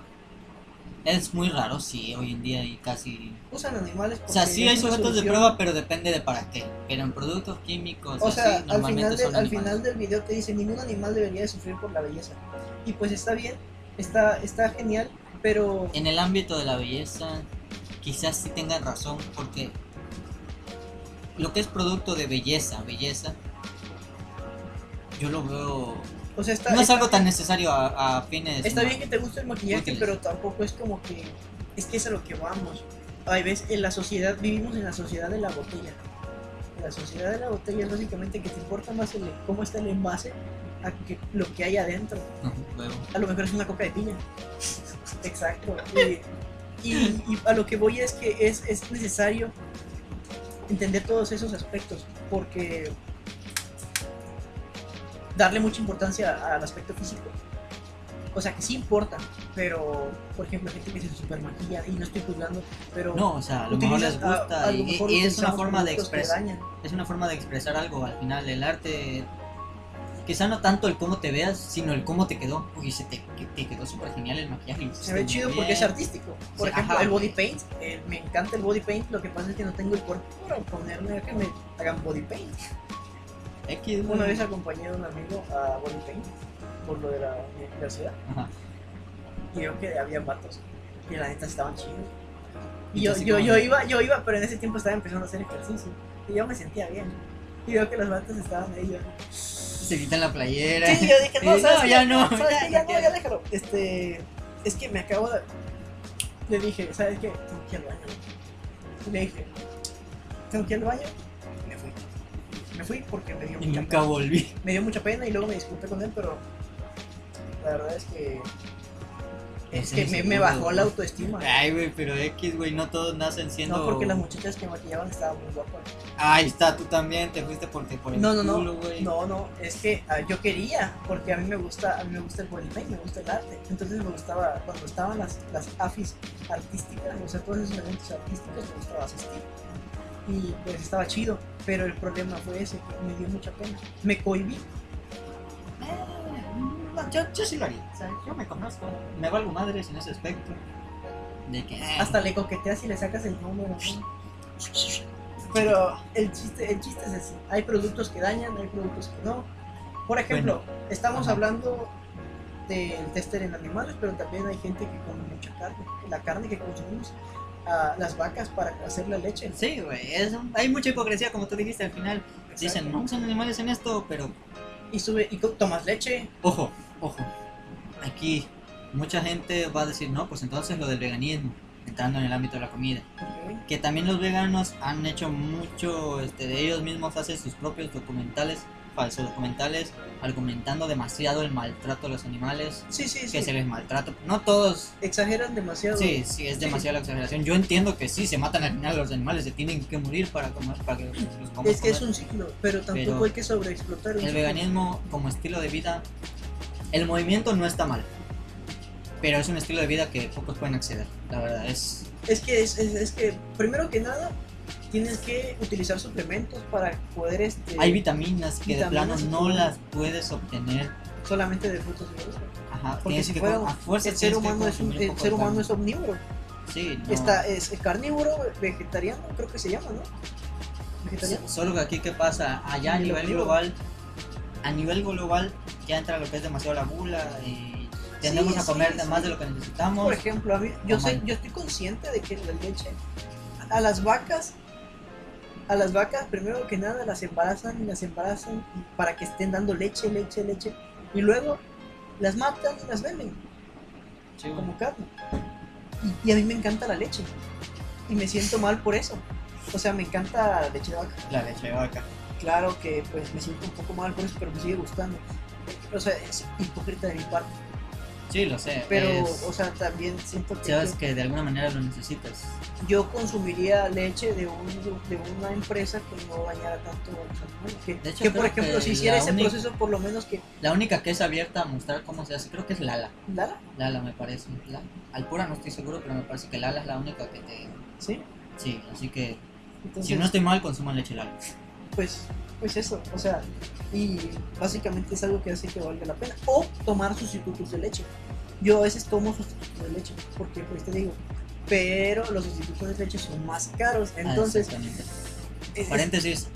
Speaker 2: Es muy raro, sí, hoy en día y casi.
Speaker 1: Usan animales
Speaker 2: O sea,
Speaker 1: porque
Speaker 2: sí hay
Speaker 1: es una
Speaker 2: sujetos de
Speaker 1: solución.
Speaker 2: prueba, pero depende de para qué. Pero en productos químicos,
Speaker 1: O sea,
Speaker 2: así,
Speaker 1: al,
Speaker 2: normalmente
Speaker 1: final de-
Speaker 2: son
Speaker 1: al
Speaker 2: animales.
Speaker 1: final del video te dice, ningún animal debería de sufrir por la belleza. Y pues está bien, está, está genial, pero
Speaker 2: En el ámbito de la belleza, quizás sí tengan razón, porque lo que es producto de belleza, belleza, yo lo veo.
Speaker 1: o sea, está,
Speaker 2: no es
Speaker 1: está
Speaker 2: algo tan
Speaker 1: bien-
Speaker 2: necesario a, a fines.
Speaker 1: está bien que
Speaker 2: humanos.
Speaker 1: te guste el maquillaje,
Speaker 2: Útiles.
Speaker 1: pero tampoco es como que es que es a lo que vamos. Hay veces en la sociedad vivimos en la sociedad de la botella. La sociedad de la botella es básicamente que te importa más el- cómo está el envase a que, lo que hay adentro.
Speaker 2: Ujú, luego.
Speaker 1: A lo mejor es una coca de piña. [LAUGHS] Exacto. Y, y- y a lo que voy es que es, es necesario entender todos esos aspectos, porque darle mucha importancia al aspecto físico. O sea, que sí importa, pero, por ejemplo, hay gente que se super maquilla y no estoy juzgando, pero...
Speaker 2: No, o sea, a lo mejor les
Speaker 1: utilizan- a-
Speaker 2: gusta
Speaker 1: a
Speaker 2: y,
Speaker 1: lo mejor
Speaker 2: y es una
Speaker 1: utilizamos
Speaker 2: forma de
Speaker 1: productos que
Speaker 2: expresar.
Speaker 1: dañan.
Speaker 2: Es una forma de expresar algo al final. El arte, quizá no tanto el cómo te veas, sino el cómo te quedó. Uy, se te, que- te quedó súper genial el maquillaje. lo
Speaker 1: Se
Speaker 2: hiciste
Speaker 1: ve
Speaker 2: muy
Speaker 1: chido porque
Speaker 2: bien.
Speaker 1: es artístico. Por
Speaker 2: Sí,
Speaker 1: ejemplo,
Speaker 2: ajá.
Speaker 1: el body paint, eh, me encanta el body paint, lo que pasa es que no tengo el cuerpo para ponerme a que me hagan body paint.
Speaker 2: X, güey.
Speaker 1: Una vez acompañé a un amigo a body paint por lo de la universidad
Speaker 2: Ajá.
Speaker 1: y veo que había vatos y la neta estaban chidos. Y
Speaker 2: Y
Speaker 1: yo,
Speaker 2: tú así
Speaker 1: yo,
Speaker 2: como
Speaker 1: yo
Speaker 2: de-
Speaker 1: iba, yo iba, pero en ese tiempo estaba empezando a hacer ejercicio y yo me sentía bien. Y veo que los vatos estaban ahí. Yo,
Speaker 2: Se quitan la playera.
Speaker 1: [LAUGHS]
Speaker 2: [LAUGHS]
Speaker 1: Sí, yo dije, no,
Speaker 2: Sí,
Speaker 1: ¿sabes
Speaker 2: no,
Speaker 1: qué?
Speaker 2: ya no,
Speaker 1: ¿Sabes qué?
Speaker 2: ya no
Speaker 1: ya no,
Speaker 2: quiero.
Speaker 1: ya déjalo. Este, es que me acabo de. Le dije, ¿sabes qué? Tengo que ir al baño. Le dije, tengo que ir al baño. Y me fui. Me fui porque me dio,
Speaker 2: Y
Speaker 1: mucha
Speaker 2: nunca
Speaker 1: pena.
Speaker 2: volví.
Speaker 1: me dio mucha pena y luego me disculpé con él, pero la verdad es que, es
Speaker 2: Ese
Speaker 1: que
Speaker 2: es
Speaker 1: me,
Speaker 2: el
Speaker 1: me
Speaker 2: mundo,
Speaker 1: bajó la
Speaker 2: güey.
Speaker 1: autoestima.
Speaker 2: Ay, güey, pero X, güey, no todos nacen siendo.
Speaker 1: No, porque las muchachas que maquillaban estaban muy guapas.
Speaker 2: Ahí está, tú también te fuiste porque por el
Speaker 1: No, no,
Speaker 2: culo,
Speaker 1: no.
Speaker 2: güey.
Speaker 1: No, no, es que ah, yo quería, porque a mí me gusta, a mí me gusta el body paint, me gusta el arte. Entonces me gustaba, cuando estaban las, las afis artísticas, o sea, todos esos eventos artísticos me gustaba asistir. Y pues estaba chido, pero el problema fue ese, que me dio mucha pena. Me cohibí, Ah,
Speaker 2: No, yo, yo sí lo haría. O sea, yo me conozco. Me valgo madres en ese aspecto. De que. ah,
Speaker 1: hasta le coqueteas y le sacas el número. ¿no? Pero el chiste, el chiste es así, hay productos que dañan, hay productos que no. Por ejemplo, estamos
Speaker 2: ajá.
Speaker 1: hablando del tester en animales, pero también hay gente que come mucha carne. La carne que consumimos, ah, las vacas para hacer la leche.
Speaker 2: Sí, güey. es un- Hay mucha hipocresía, como tú dijiste al final. Dicen, no
Speaker 1: Exacto.
Speaker 2: usan animales en esto, pero.
Speaker 1: Y sube y co- tomas leche.
Speaker 2: Ojo, ojo. Aquí mucha gente va a decir, no, pues entonces lo del veganismo. Entrando en el ámbito de la comida.
Speaker 1: ok,
Speaker 2: que también los veganos han hecho mucho, este, de ellos mismos hacen sus propios documentales, falsos documentales, argumentando demasiado el maltrato a los animales,
Speaker 1: Sí, sí,
Speaker 2: que
Speaker 1: sí.
Speaker 2: se les maltrata, no todos,
Speaker 1: Exageran demasiado.
Speaker 2: sí, sí, es demasiada la exageración, yo entiendo que sí, se matan al final los animales, se tienen que morir para comer, para que los, los comamos
Speaker 1: Es que es
Speaker 2: comer.
Speaker 1: un ciclo, pero tampoco
Speaker 2: Pero
Speaker 1: hay que sobreexplotar. un
Speaker 2: el
Speaker 1: ciclo.
Speaker 2: veganismo como estilo de vida, el movimiento no está mal, pero es un estilo de vida que pocos pueden acceder, la verdad, es...
Speaker 1: Es que, es, es- es que primero que nada, tienes que utilizar suplementos para poder este,
Speaker 2: Hay vitaminas que
Speaker 1: vitaminas
Speaker 2: de
Speaker 1: y
Speaker 2: plano no
Speaker 1: todo.
Speaker 2: las puedes obtener
Speaker 1: solamente de frutos y verduras.
Speaker 2: Ajá,
Speaker 1: Porque
Speaker 2: tienes
Speaker 1: si
Speaker 2: que
Speaker 1: fuera
Speaker 2: com-
Speaker 1: un-
Speaker 2: a fuerza
Speaker 1: El ser
Speaker 2: tienes que
Speaker 1: humano es, un-
Speaker 2: consumir
Speaker 1: el
Speaker 2: poco
Speaker 1: ser
Speaker 2: de
Speaker 1: humano
Speaker 2: carne.
Speaker 1: es omnívoro.
Speaker 2: Sí, no.
Speaker 1: Está, es carnívoro, vegetariano, creo que se llama, ¿no? Vegetariano.
Speaker 2: So- Solo que aquí, ¿qué pasa? Allá a
Speaker 1: Ni lo
Speaker 2: nivel
Speaker 1: digo.
Speaker 2: global, a nivel global ya entra lo que es demasiado la gula y tendemos
Speaker 1: Sí,
Speaker 2: a comer
Speaker 1: sí,
Speaker 2: de
Speaker 1: sí.
Speaker 2: más de lo que necesitamos.
Speaker 1: Por ejemplo, a mí, yo,
Speaker 2: Oh,
Speaker 1: soy,
Speaker 2: man.
Speaker 1: yo estoy consciente de que la leche, a las vacas, a las vacas, primero que nada, las embarazan y las embarazan para que estén dando leche, leche, leche. Y luego las matan y las venden
Speaker 2: Sí, güey.
Speaker 1: como carne. Y, y a mí me encanta la leche. Y me siento mal por eso. O sea, me encanta la leche de vaca.
Speaker 2: La leche de vaca.
Speaker 1: Claro que pues me siento un poco mal por eso, pero me sigue gustando. O sea, es hipócrita de mi parte.
Speaker 2: Sí, lo sé.
Speaker 1: Pero,
Speaker 2: es-
Speaker 1: o sea, también siento que
Speaker 2: sabes que de alguna manera lo necesitas.
Speaker 1: yo consumiría leche de, un, de una empresa que no dañara tanto a los animales. Que,
Speaker 2: De hecho,
Speaker 1: que, por
Speaker 2: creo
Speaker 1: ejemplo,
Speaker 2: que
Speaker 1: si hiciera
Speaker 2: la
Speaker 1: ese
Speaker 2: única-
Speaker 1: proceso, por lo menos que...
Speaker 2: La única que es abierta a mostrar cómo se hace, creo que es Lala.
Speaker 1: ¿Lala?
Speaker 2: Lala me parece. Lala. Alpura no estoy seguro, pero me parece que Lala es la única que te...
Speaker 1: ¿Sí?
Speaker 2: Sí, así que
Speaker 1: Entonces,
Speaker 2: si no estoy mal, consuman leche Lala. Ah,
Speaker 1: pues, pues eso, o sea, y básicamente es algo que hace que valga la pena. O tomar sustitutos de leche. Yo a veces tomo sustitutos de leche, porque pues te digo, pero los sustitutos de leche son más caros,
Speaker 2: Ah,
Speaker 1: entonces...
Speaker 2: exactamente.
Speaker 1: es- es-
Speaker 2: Paréntesis,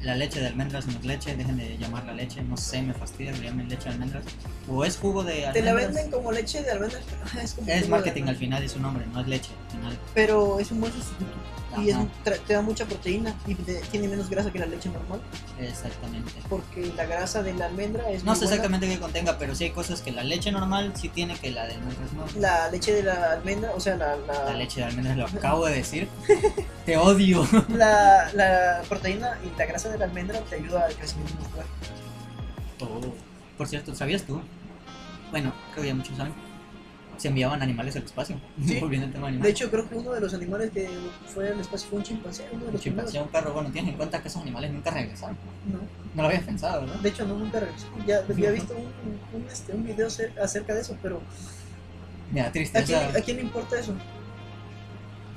Speaker 2: la leche de almendras no es leche, dejen de llamarla leche, no sé, me fastidia que le llamen leche de almendras. O es jugo de almendras.
Speaker 1: te la venden como leche de almendras. pero [LAUGHS] Es, como jugo
Speaker 2: Es
Speaker 1: de
Speaker 2: marketing al
Speaker 1: almendras.
Speaker 2: final y su nombre, no es leche al final.
Speaker 1: Pero es un buen sustituto. y es-
Speaker 2: Ajá,
Speaker 1: tra- te da mucha proteína y te- tiene menos grasa que la leche normal
Speaker 2: exactamente.
Speaker 1: porque la grasa de la almendra es
Speaker 2: No
Speaker 1: muy
Speaker 2: sé
Speaker 1: buena.
Speaker 2: exactamente qué contenga, pero sí hay cosas que la leche normal sí tiene que la de almendras no.
Speaker 1: la leche de la almendra o sea la la,
Speaker 2: La leche de almendras lo acabo de decir. [LAUGHS] Te odio.
Speaker 1: la- la proteína y la grasa de la almendra te ayuda al crecimiento muscular Oh.
Speaker 2: Por cierto, ¿sabías tú? Bueno, creo que ya muchos saben. se enviaban animales al espacio.
Speaker 1: Sí.
Speaker 2: [LAUGHS] Volviendo al tema animal.
Speaker 1: De hecho, creo que uno de los animales que fue al espacio fue un chimpancé. Uno de
Speaker 2: Un
Speaker 1: los primeros.
Speaker 2: chimpancé, un perro, bueno, tienes en cuenta que esos animales nunca regresaron.
Speaker 1: No.
Speaker 2: No lo habías pensado, ¿verdad?
Speaker 1: De hecho, no, nunca regresó. Ya había visto un, un, este, un video cer- acerca de eso, pero
Speaker 2: Me da
Speaker 1: ¿a quién,
Speaker 2: tristeza.
Speaker 1: a quién le importa eso?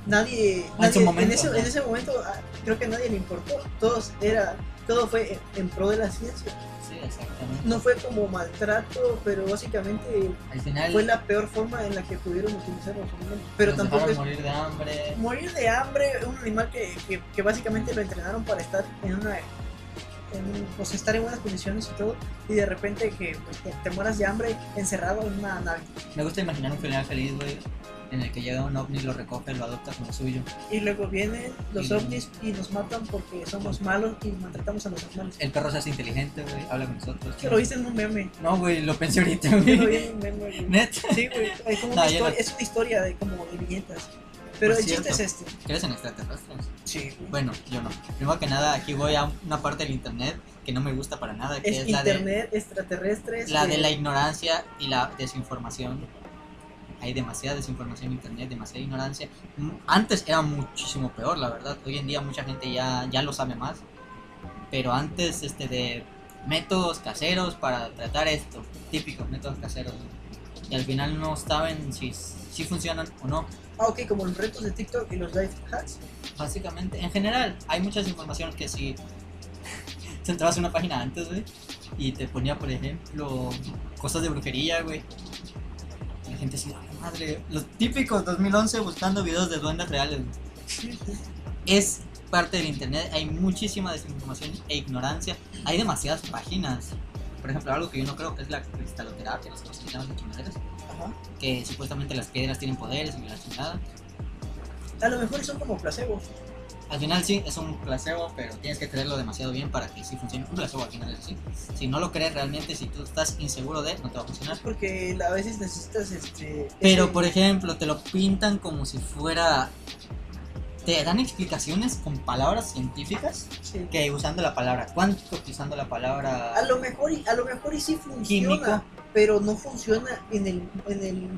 Speaker 1: Nadie.
Speaker 2: Ah, en su
Speaker 1: nadie-
Speaker 2: momento,
Speaker 1: ese,
Speaker 2: ¿no?
Speaker 1: en ese momento ah, creo que a nadie le importó. Todos era, todo fue en, en pro de la ciencia.
Speaker 2: Sí, exactamente.
Speaker 1: No fue como maltrato, pero básicamente
Speaker 2: Al final
Speaker 1: fue la peor forma en la que pudieron utilizar los animales. Pero
Speaker 2: nos
Speaker 1: tampoco
Speaker 2: dejaron
Speaker 1: es
Speaker 2: morir de hambre.
Speaker 1: morir de hambre, un animal que, que, que básicamente lo entrenaron para estar en una en, pues, estar en buenas condiciones y todo, y de repente que pues, te, te mueras de hambre encerrado en una nave.
Speaker 2: Me gusta imaginar un final feliz, güey, en el que llega un ovni, lo recoge, lo adopta como suyo.
Speaker 1: Y luego vienen los
Speaker 2: Y-
Speaker 1: ovnis y nos matan porque somos malos y maltratamos a los animales.
Speaker 2: El perro se hace inteligente, güey, habla con nosotros.
Speaker 1: Que lo viste en un meme.
Speaker 2: No, güey, lo pensé ahorita,
Speaker 1: Yo lo vi
Speaker 2: güey.
Speaker 1: en un meme, güey.
Speaker 2: [LAUGHS] Neta. [LAUGHS]
Speaker 1: Sí, güey. Es, como
Speaker 2: No,
Speaker 1: una
Speaker 2: yo
Speaker 1: historia,
Speaker 2: no-
Speaker 1: es una historia de como de viñetas. Pero
Speaker 2: Por
Speaker 1: el chiste es este.
Speaker 2: ¿Crees en extraterrestres?
Speaker 1: Sí, güey.
Speaker 2: Bueno, yo no. Primero que nada, aquí voy a una parte del internet que no me gusta para nada, que es,
Speaker 1: Es
Speaker 2: la de,
Speaker 1: internet, extraterrestres.
Speaker 2: la de
Speaker 1: eh,
Speaker 2: la ignorancia y la desinformación. Hay demasiada desinformación en internet, demasiada ignorancia. M- Antes era muchísimo peor, la verdad. Hoy en día mucha gente ya, ya lo sabe más. Pero antes, este, de métodos caseros para tratar esto, típicos métodos caseros. Y al final no saben si, si funcionan o no.
Speaker 1: Ah, ok, como los retos de TikTok y los live hacks.
Speaker 2: básicamente, en general, hay muchas informaciones que si [LAUGHS] te entrabas a una página antes, güey, y te ponía, por ejemplo, cosas de brujería, güey. y La gente decía, "Ay, madre, los típicos 2011 buscando videos de duendes reales. güey". Es parte del internet, hay muchísima desinformación e ignorancia. Hay demasiadas páginas. Por ejemplo, algo que yo no creo que es la cristaloterapia, los cristianos de quimeras,
Speaker 1: Ajá.
Speaker 2: que supuestamente las piedras tienen poderes y la chingada.
Speaker 1: A lo mejor son como placebos.
Speaker 2: Al final sí, es un placebo, pero tienes que creerlo demasiado bien para que sí funcione. Un placebo al final sí. Si no lo crees realmente, si tú estás inseguro de, no te va a funcionar.
Speaker 1: Es porque a veces necesitas este.
Speaker 2: Pero
Speaker 1: ese-
Speaker 2: por ejemplo, te lo pintan como si fuera... Te dan explicaciones con palabras científicas
Speaker 1: sí.
Speaker 2: que usando la palabra cuántico, que usando la palabra...
Speaker 1: A lo mejor y a lo mejor y sí funciona,
Speaker 2: Químico.
Speaker 1: pero no funciona en el, en el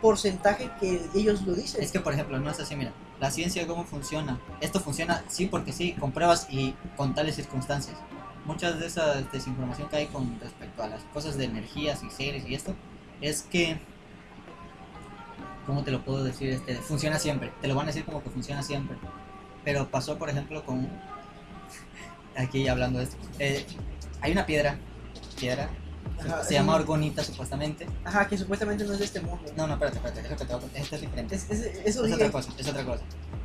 Speaker 1: porcentaje que ellos lo dicen.
Speaker 2: Es que por ejemplo, no es así, mira, la ciencia cómo funciona. Esto funciona sí porque sí, con pruebas y con tales circunstancias. Muchas de esa desinformación que hay con respecto a las cosas de energías y seres y esto, es que, ¿cómo te lo puedo decir? Este, funciona siempre, te lo van a decir como que funciona siempre. Pero pasó, por ejemplo, con, [LAUGHS] aquí hablando de esto, eh, hay una piedra, piedra,
Speaker 1: Ajá,
Speaker 2: se
Speaker 1: es
Speaker 2: llama
Speaker 1: un-
Speaker 2: orgonita supuestamente.
Speaker 1: Ajá, que supuestamente no es de este mundo.
Speaker 2: No, no, espérate, espérate, déjate, te voy a contar, esta es diferente.
Speaker 1: Es- es- eso
Speaker 2: Es
Speaker 1: dije,
Speaker 2: otra cosa, es otra cosa.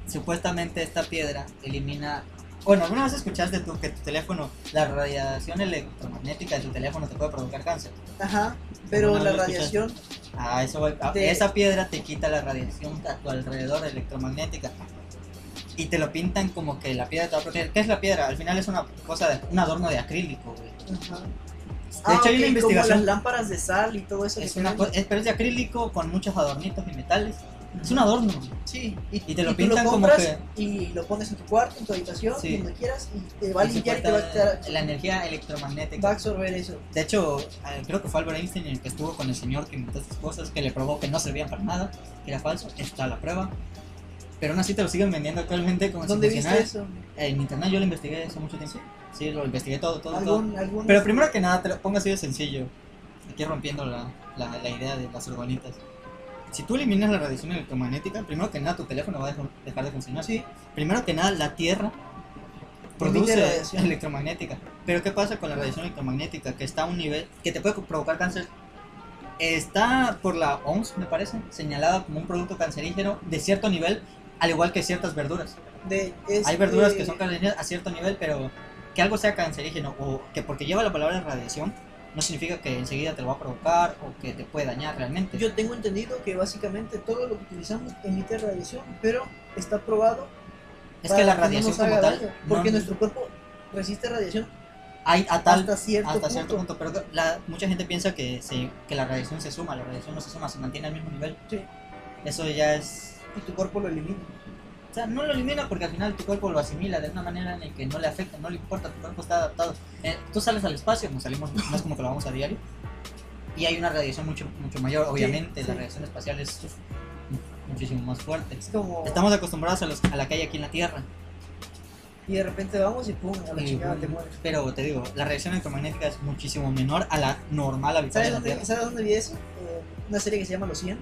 Speaker 2: Supuestamente esta piedra elimina... Bueno, ¿alguna vez escuchaste tú que tu teléfono, la radiación electromagnética de tu teléfono te puede provocar cáncer?
Speaker 1: Ajá, pero
Speaker 2: Bueno,
Speaker 1: la
Speaker 2: no lo escuchaste.
Speaker 1: radiación,
Speaker 2: Ah, eso voy- ah,
Speaker 1: Te-
Speaker 2: Esa piedra te quita la radiación a tu alrededor electromagnética. Y te lo pintan como que la piedra te va a proteger. ¿Qué es la piedra? Al final es una cosa, de, un adorno de acrílico, güey.
Speaker 1: ajá.
Speaker 2: De
Speaker 1: Ah,
Speaker 2: hecho, hay
Speaker 1: ok, Como
Speaker 2: una investigación...
Speaker 1: las lámparas de sal y todo eso.
Speaker 2: Es
Speaker 1: que
Speaker 2: una
Speaker 1: tienen.
Speaker 2: co- es- pero es de acrílico con muchos adornitos y metales. Es un adorno.
Speaker 1: Sí,
Speaker 2: Y te lo
Speaker 1: tú
Speaker 2: pintan como
Speaker 1: compras
Speaker 2: que...
Speaker 1: Y lo pones en tu cuarto, en tu habitación,
Speaker 2: Sí.
Speaker 1: donde quieras, y te va a
Speaker 2: y
Speaker 1: limpiar y te va a, quitar-
Speaker 2: La energía electromagnética.
Speaker 1: va a absorber eso.
Speaker 2: De hecho, eh, creo que fue Albert Einstein el que estuvo con el señor que inventó estas cosas, que le probó que no servían para nada, que era falso, está la prueba. Pero aún así te lo siguen vendiendo actualmente como si
Speaker 1: ¿Dónde viste
Speaker 2: funcionara.
Speaker 1: eso?
Speaker 2: En internet yo lo investigué hace mucho tiempo. Sí, lo investigué todo, todo, todo.
Speaker 1: ¿Algún, algún-
Speaker 2: Pero primero que nada, te lo pongo así de sencillo. Aquí rompiendo la, la- la idea de las urbanitas. Si tú eliminas la radiación electromagnética, primero que nada tu teléfono va a dejar- dejar de funcionar.
Speaker 1: Sí,
Speaker 2: Primero que nada, la Tierra
Speaker 1: Emite
Speaker 2: produce
Speaker 1: radiación.
Speaker 2: electromagnética. Pero ¿qué pasa con la radiación electromagnética? Que está a un nivel que te puede co- provocar cáncer. Está por la OMS, me parece, señalada como un producto cancerígeno de cierto nivel, al igual que ciertas verduras.
Speaker 1: de- este es
Speaker 2: Hay verduras que son cancerígenas a cierto nivel, pero que algo sea cancerígeno o que porque lleva la palabra radiación no significa que enseguida te lo va a provocar o que te puede dañar realmente.
Speaker 1: Yo tengo entendido que básicamente todo lo que utilizamos emite radiación, pero está probado
Speaker 2: es
Speaker 1: para
Speaker 2: que la
Speaker 1: no
Speaker 2: radiación
Speaker 1: nos
Speaker 2: como
Speaker 1: haga
Speaker 2: tal,
Speaker 1: daño,
Speaker 2: no-
Speaker 1: porque nuestro cuerpo resiste radiación
Speaker 2: hay a tal
Speaker 1: hasta cierto
Speaker 2: hasta
Speaker 1: punto.
Speaker 2: cierto punto, pero la, mucha gente piensa que, se, que la radiación se suma, la radiación no se suma, se mantiene al mismo nivel.
Speaker 1: Sí.
Speaker 2: Eso ya es...
Speaker 1: y tu cuerpo lo elimina.
Speaker 2: O sea, no lo elimina porque al final tu cuerpo lo asimila de una manera en la que no le afecta, no le importa, tu cuerpo está adaptado. Eh, tú sales al espacio, no salimos, no es como que lo vamos a diario, Y hay una radiación mucho, mucho mayor, obviamente,
Speaker 1: sí.
Speaker 2: la radiación espacial es uf, muchísimo más fuerte.
Speaker 1: Es como.
Speaker 2: Estamos acostumbrados a, los, a la calle aquí en la Tierra.
Speaker 1: Y de repente vamos y pum, a la
Speaker 2: Y,
Speaker 1: chingada
Speaker 2: mm,
Speaker 1: te mueres.
Speaker 2: Pero te digo, la radiación electromagnética es muchísimo menor a la normal habitual
Speaker 1: ¿Sabes
Speaker 2: de la
Speaker 1: dónde,
Speaker 2: Tierra.
Speaker 1: ¿Sabes dónde vi eso? Eh, una serie que se llama Los 100.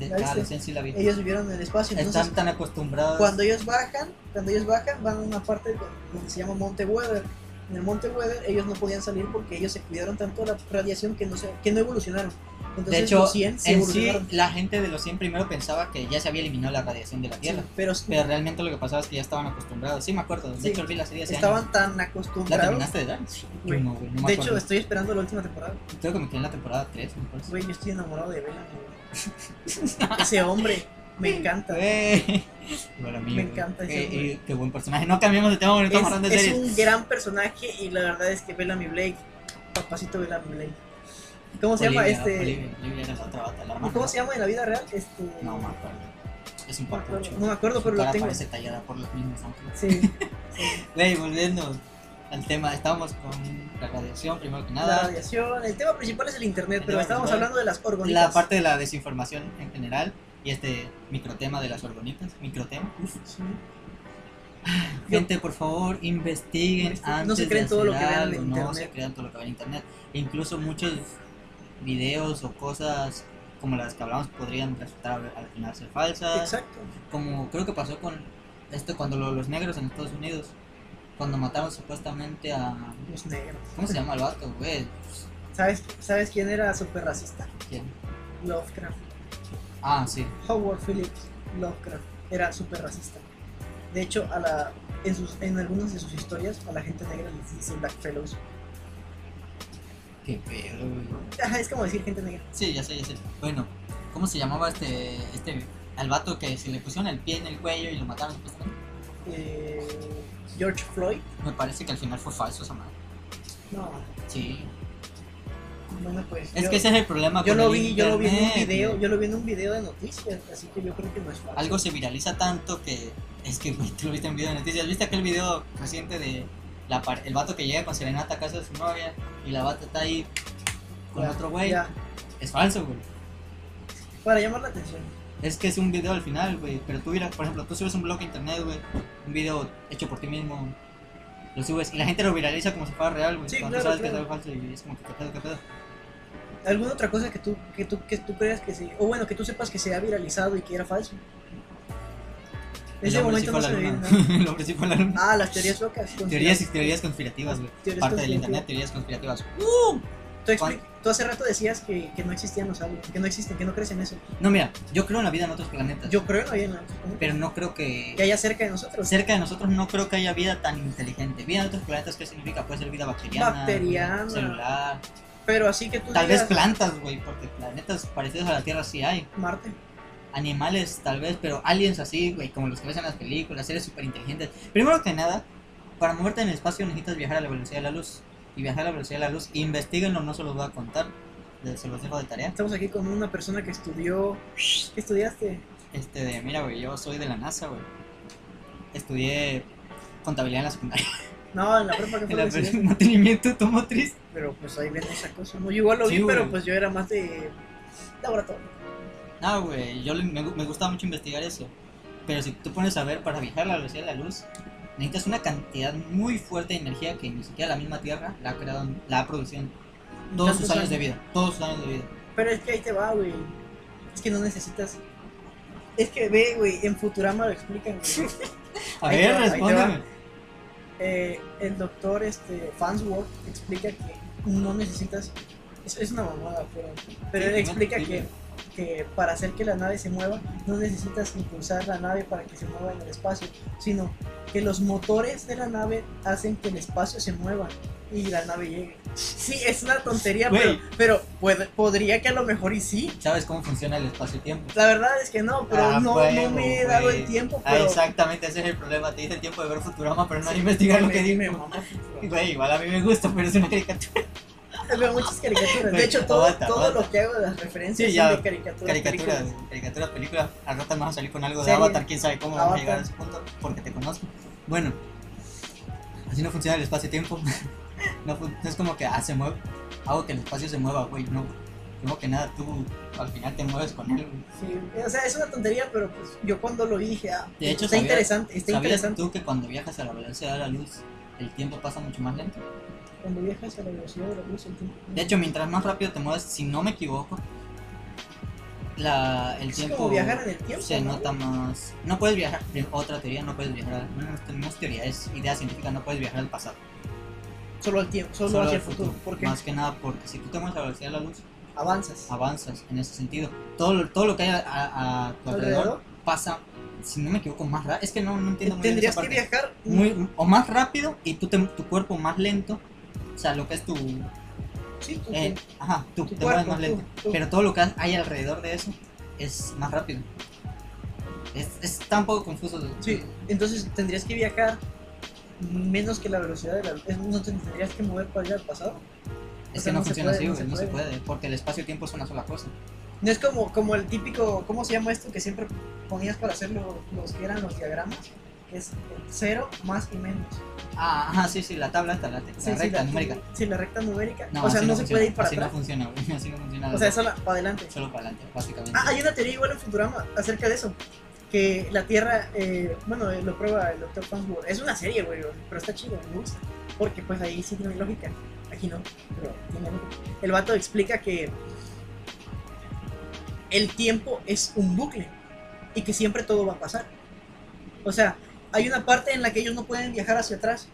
Speaker 2: De,
Speaker 1: ¿La viste?
Speaker 2: ah, lo sé, sí la vi.
Speaker 1: Ellos vivieron en el espacio, entonces.
Speaker 2: Están tan acostumbrados.
Speaker 1: cuando ellos bajan, cuando ellos bajan, van a una parte de- donde se llama Monte Weather. En el Monte Weather ellos no podían salir porque ellos se cuidaron tanto de la radiación que no se, que no evolucionaron. Entonces
Speaker 2: De hecho,
Speaker 1: los 100 se
Speaker 2: en sí,
Speaker 1: evolucionaron.
Speaker 2: la gente de los 100 primero pensaba que ya se había eliminado la radiación de la Tierra.
Speaker 1: Sí, pero
Speaker 2: Pero realmente lo que pasaba es que ya estaban acostumbrados. Sí, me acuerdo. De
Speaker 1: Sí.
Speaker 2: hecho, vi la serie hace años.
Speaker 1: estaban tan
Speaker 2: ¿La
Speaker 1: acostumbrados.
Speaker 2: terminaste de dar? Sí,
Speaker 1: Güey.
Speaker 2: no, güey, no me
Speaker 1: De
Speaker 2: acuerdo.
Speaker 1: hecho, estoy esperando la última temporada.
Speaker 2: Creo que me quedé en la temporada 3, me parece.
Speaker 1: Güey, yo estoy enamorado de Bella.
Speaker 2: [LAUGHS]
Speaker 1: güey. Ese hombre me encanta.
Speaker 2: Güey. [LAUGHS] Igual a mí,
Speaker 1: Me
Speaker 2: güey.
Speaker 1: encanta ese
Speaker 2: Eh,
Speaker 1: güey.
Speaker 2: eh, qué buen personaje. No cambiamos de tema, porque no estamos hablando
Speaker 1: Es,
Speaker 2: de
Speaker 1: es
Speaker 2: series.
Speaker 1: un gran personaje y la verdad es que Bellamy Blake, papacito Bellamy Blake. ¿Cómo se llama
Speaker 2: Olivia,
Speaker 1: este?
Speaker 2: Olivia, Olivia era la otra bata, la hermana.
Speaker 1: ¿Cómo se llama en la vida real? Este...
Speaker 2: No me acuerdo. Es un
Speaker 1: No me
Speaker 2: papucho.
Speaker 1: acuerdo, no me acuerdo,
Speaker 2: Su
Speaker 1: pero lo
Speaker 2: cara
Speaker 1: tengo.
Speaker 2: parece tallada por los mismos ángeles.
Speaker 1: Sí,
Speaker 2: Güey, volviendo al tema, estábamos con la radiación, primero que
Speaker 1: la
Speaker 2: nada.
Speaker 1: radiación. El tema principal es el internet,
Speaker 2: El
Speaker 1: pero
Speaker 2: tema
Speaker 1: estábamos
Speaker 2: principal.
Speaker 1: hablando de las orgonitas.
Speaker 2: La parte de la desinformación en general y este microtema de las orgonitas, microtema.
Speaker 1: Sí.
Speaker 2: Gente, por favor, investiguen
Speaker 1: Investiguen. No
Speaker 2: antes
Speaker 1: se creen
Speaker 2: de
Speaker 1: todo lo
Speaker 2: hacer
Speaker 1: que vean en
Speaker 2: algo, no
Speaker 1: internet.
Speaker 2: se crean todo lo que ven en internet. E incluso muchos videos o cosas como las que hablamos podrían resultar al- al final ser falsas.
Speaker 1: Exacto.
Speaker 2: como creo que pasó con esto cuando lo- los negros en Estados Unidos cuando mataron supuestamente a
Speaker 1: Los negros.
Speaker 2: ¿cómo se llama el vato, güey?
Speaker 1: ¿Sabes, ¿Sabes quién era súper racista?
Speaker 2: ¿Quién?
Speaker 1: Lovecraft.
Speaker 2: Ah, sí.
Speaker 1: Howard Phillips Lovecraft era súper racista. De hecho, a la, en, sus, en algunas de sus historias, a la gente negra les dice blackfellows.
Speaker 2: Qué pedo, güey.
Speaker 1: Ajá, es como decir gente negra.
Speaker 2: Sí, ya sé, ya sé. Bueno, ¿cómo se llamaba este este al vato que se le pusieron el pie en el cuello y lo mataron supuestamente?
Speaker 1: Eh, George Floyd.
Speaker 2: Me parece que al final fue falso esa madre.
Speaker 1: No,
Speaker 2: Sí.
Speaker 1: bueno, pues.
Speaker 2: Es
Speaker 1: yo-
Speaker 2: que ese es el problema
Speaker 1: yo
Speaker 2: con
Speaker 1: lo
Speaker 2: el
Speaker 1: vi, yo lo vi en un
Speaker 2: internet,
Speaker 1: video,
Speaker 2: güey.
Speaker 1: yo lo vi en un video de noticias, así que yo creo que no es falso.
Speaker 2: Algo se viraliza tanto que es que güey, tú lo viste en video de noticias, ¿viste aquel video reciente de la par- el vato que llega con serenata a casa de su novia y la bata está ahí con
Speaker 1: Ya,
Speaker 2: otro güey?
Speaker 1: ya,
Speaker 2: Es falso, güey.
Speaker 1: Para llamar la atención.
Speaker 2: Es que es un video al final, güey. Pero tú miras, por ejemplo, tú subes un blog a internet, güey. Un video hecho por ti mismo. Lo subes y la gente lo viraliza como si fuera real, güey.
Speaker 1: Sí,
Speaker 2: cuando tú
Speaker 1: claro,
Speaker 2: sabes que es algo falso y es como que qué pedo, qué pedo.
Speaker 1: ¿Alguna otra cosa que tú, que tú, que tú creas que se, o bueno, que tú sepas que se ha viralizado y que era falso? En ese
Speaker 2: el hombre sí
Speaker 1: momento
Speaker 2: fue
Speaker 1: no
Speaker 2: a la
Speaker 1: se ve
Speaker 2: [LAUGHS] luna.
Speaker 1: nada.
Speaker 2: el hombre sí fue a la luna.
Speaker 1: Ah, las teorías
Speaker 2: [LAUGHS]
Speaker 1: locas.
Speaker 2: Teorías, teorías conspirativas, güey.
Speaker 1: Teorías
Speaker 2: Parte del
Speaker 1: conspirativas.
Speaker 2: internet, teorías conspirativas.
Speaker 1: Tú, expli- tú hace rato decías que, que no existían los aliens, que no existen, que no crees en eso.
Speaker 2: No, mira, yo creo en la vida en otros planetas.
Speaker 1: Yo creo en la vida en la- ¿cómo?
Speaker 2: Pero no creo
Speaker 1: que
Speaker 2: que.
Speaker 1: haya cerca de nosotros.
Speaker 2: Cerca de nosotros no creo que haya vida tan inteligente. Vida en otros planetas, ¿qué significa? Puede ser vida bacteriana,
Speaker 1: Bacteriana. Pues
Speaker 2: celular.
Speaker 1: Pero así que tú
Speaker 2: Tal vez
Speaker 1: digas
Speaker 2: plantas, güey, porque planetas parecidos a la Tierra sí hay.
Speaker 1: Marte.
Speaker 2: Animales, tal vez, pero aliens así, güey, como los que ves en las películas, seres súper inteligentes. Primero que nada, para moverte en el espacio necesitas viajar a la velocidad de la luz. Y viajar a la velocidad de la luz, investiguenlo, no se los voy a contar, les- se los dejo de tarea.
Speaker 1: Estamos aquí con una persona que estudió. ¿Qué estudiaste?
Speaker 2: Este, de, mira, güey, yo soy de la NASA, güey. Estudié contabilidad en la secundaria,
Speaker 1: No, en la prepa que
Speaker 2: en
Speaker 1: fue
Speaker 2: [LAUGHS] la
Speaker 1: lo que estudiaste?
Speaker 2: mantenimiento automotriz.
Speaker 1: Pero pues ahí ven esa cosa. ¿no? Yo igual lo
Speaker 2: Sí,
Speaker 1: vi, pero
Speaker 2: güey.
Speaker 1: pues yo era más de laboratorio.
Speaker 2: No, güey, yo le- me, gu- me gusta mucho investigar eso. Pero si tú pones a ver, para viajar a la velocidad de la luz, necesitas una cantidad muy fuerte de energía que ni siquiera la misma Tierra la ha creado, la ha producido en todos sus
Speaker 1: Tantos
Speaker 2: años de vida. Todos sus años de vida.
Speaker 1: Pero es que ahí te va, güey. Es que no necesitas. Es que ve, güey, en Futurama lo explican, güey.
Speaker 2: A
Speaker 1: Ahí te
Speaker 2: ver,
Speaker 1: va, ahí te
Speaker 2: respóndeme.
Speaker 1: Eh, el doctor este, Fansworth explica que no necesitas. Es, es una mamada, pero, pero
Speaker 2: Sí,
Speaker 1: él
Speaker 2: no,
Speaker 1: explica
Speaker 2: sí,
Speaker 1: que, que para hacer que la nave se mueva, no necesitas impulsar la nave para que se mueva en el espacio, sino que los motores de la nave hacen que el espacio se mueva y la nave llegue. Sí, es una tontería, pero,
Speaker 2: Güey.
Speaker 1: pero puede- podría que a lo mejor y sí.
Speaker 2: ¿Sabes cómo funciona el espacio-tiempo?
Speaker 1: La verdad es que no, pero
Speaker 2: Ah,
Speaker 1: no,
Speaker 2: huevo,
Speaker 1: no me he dado
Speaker 2: güey.
Speaker 1: el tiempo.
Speaker 2: Ah,
Speaker 1: Pero
Speaker 2: exactamente, ese es el problema. Te hice el tiempo de ver Futurama, pero no
Speaker 1: Sí,
Speaker 2: de investigar lo
Speaker 1: me-
Speaker 2: que
Speaker 1: me
Speaker 2: digo.
Speaker 1: mama Futurama.
Speaker 2: Güey, igual a mí me gusta, pero es una caricatura.
Speaker 1: Veo muchas caricaturas. De
Speaker 2: Güey,
Speaker 1: hecho, todo,
Speaker 2: aguanta,
Speaker 1: todo
Speaker 2: aguanta.
Speaker 1: lo que hago de las referencias
Speaker 2: Sí,
Speaker 1: son
Speaker 2: ya,
Speaker 1: de caricaturas.
Speaker 2: Caricaturas,
Speaker 1: películas.
Speaker 2: caricaturas, películas. Al rato vamos a salir con algo de
Speaker 1: Series.
Speaker 2: Avatar, quién sabe cómo vamos a
Speaker 1: Avatar.
Speaker 2: llegar a ese punto, porque te conozco. Bueno, así no [LAUGHS] funciona el espacio-tiempo. No, fun- no es como que ah, se mueve, hago que el espacio se mueva, güey, no. Primero que nada, tú al final te mueves con él. güey.
Speaker 1: Sí, o sea, es una tontería, pero pues yo cuando lo vi dije, ah,
Speaker 2: De hecho,
Speaker 1: está
Speaker 2: sabía-
Speaker 1: interesante, está
Speaker 2: ¿Sabías
Speaker 1: interesante.
Speaker 2: tú que cuando viajas a la velocidad de la luz, el tiempo pasa mucho más lento?
Speaker 1: Cuando viajas a la velocidad de la luz, el tiempo.
Speaker 2: De hecho, mientras más rápido te mueves, si no me equivoco, la, el
Speaker 1: es
Speaker 2: tiempo
Speaker 1: como viajar en el tiempo.
Speaker 2: se
Speaker 1: ¿no?
Speaker 2: nota más. No puedes viajar, prim- otra teoría, no puedes viajar, no, no es- no es teoría, es idea científica, no puedes viajar al pasado,
Speaker 1: Solo al tiempo, solo,
Speaker 2: solo
Speaker 1: hacia el
Speaker 2: al
Speaker 1: futuro.
Speaker 2: futuro.
Speaker 1: Porque
Speaker 2: Más que nada porque si tú te mueves a la velocidad de la luz,
Speaker 1: avanzas.
Speaker 2: avanzas en ese sentido. Todo lo, todo lo que hay a, a- a tu alrededor,
Speaker 1: Alrededor.
Speaker 2: pasa, si no me equivoco, más rápido. Es que no, no entiendo muy bien
Speaker 1: Tendrías
Speaker 2: esa
Speaker 1: que
Speaker 2: parte.
Speaker 1: viajar
Speaker 2: Muy- o más rápido y tú te- tu cuerpo más lento. O sea, lo que es tu.
Speaker 1: Sí, tu-
Speaker 2: eh, ajá, tú
Speaker 1: tu
Speaker 2: te mueves
Speaker 1: cuerpo,
Speaker 2: más lento.
Speaker 1: tú- tú.
Speaker 2: Pero todo lo que hay alrededor de eso es más rápido. Es, es tan poco confuso.
Speaker 1: Sí, entonces tendrías que viajar menos que la velocidad de la luz. Es- No te tendrías que mover para ir al pasado.
Speaker 2: Es
Speaker 1: O sea,
Speaker 2: que no,
Speaker 1: no se
Speaker 2: funciona
Speaker 1: puede,
Speaker 2: así,
Speaker 1: no
Speaker 2: güey,
Speaker 1: se
Speaker 2: no, se puede. Porque el espacio-tiempo es una sola cosa.
Speaker 1: No es como, como el típico, ¿cómo se llama esto? Que siempre ponías para hacer lo- los que eran los diagramas. Que es cero más y menos.
Speaker 2: Ah, ajá, sí, sí, la tabla está la, la
Speaker 1: Sí, sí,
Speaker 2: recta numérica.
Speaker 1: Sí, la recta numérica.
Speaker 2: No,
Speaker 1: o sea,
Speaker 2: así
Speaker 1: no, se
Speaker 2: funciona,
Speaker 1: puede ir para
Speaker 2: así
Speaker 1: atrás.
Speaker 2: no funciona, güey, [LAUGHS] así no funciona.
Speaker 1: o sea, es para adelante.
Speaker 2: solo para adelante, básicamente.
Speaker 1: Ah, hay una teoría igual en Futurama acerca de eso. Que la Tierra, eh, bueno, eh, lo prueba el Dr. Fansworth. Es una serie, güey, pero está chido, me gusta. Porque pues ahí sí tiene lógica. Aquí no, pero tiene lógica. El vato explica que el tiempo es un bucle y que siempre todo va a pasar. O sea, hay una parte en la que ellos no pueden viajar hacia atrás,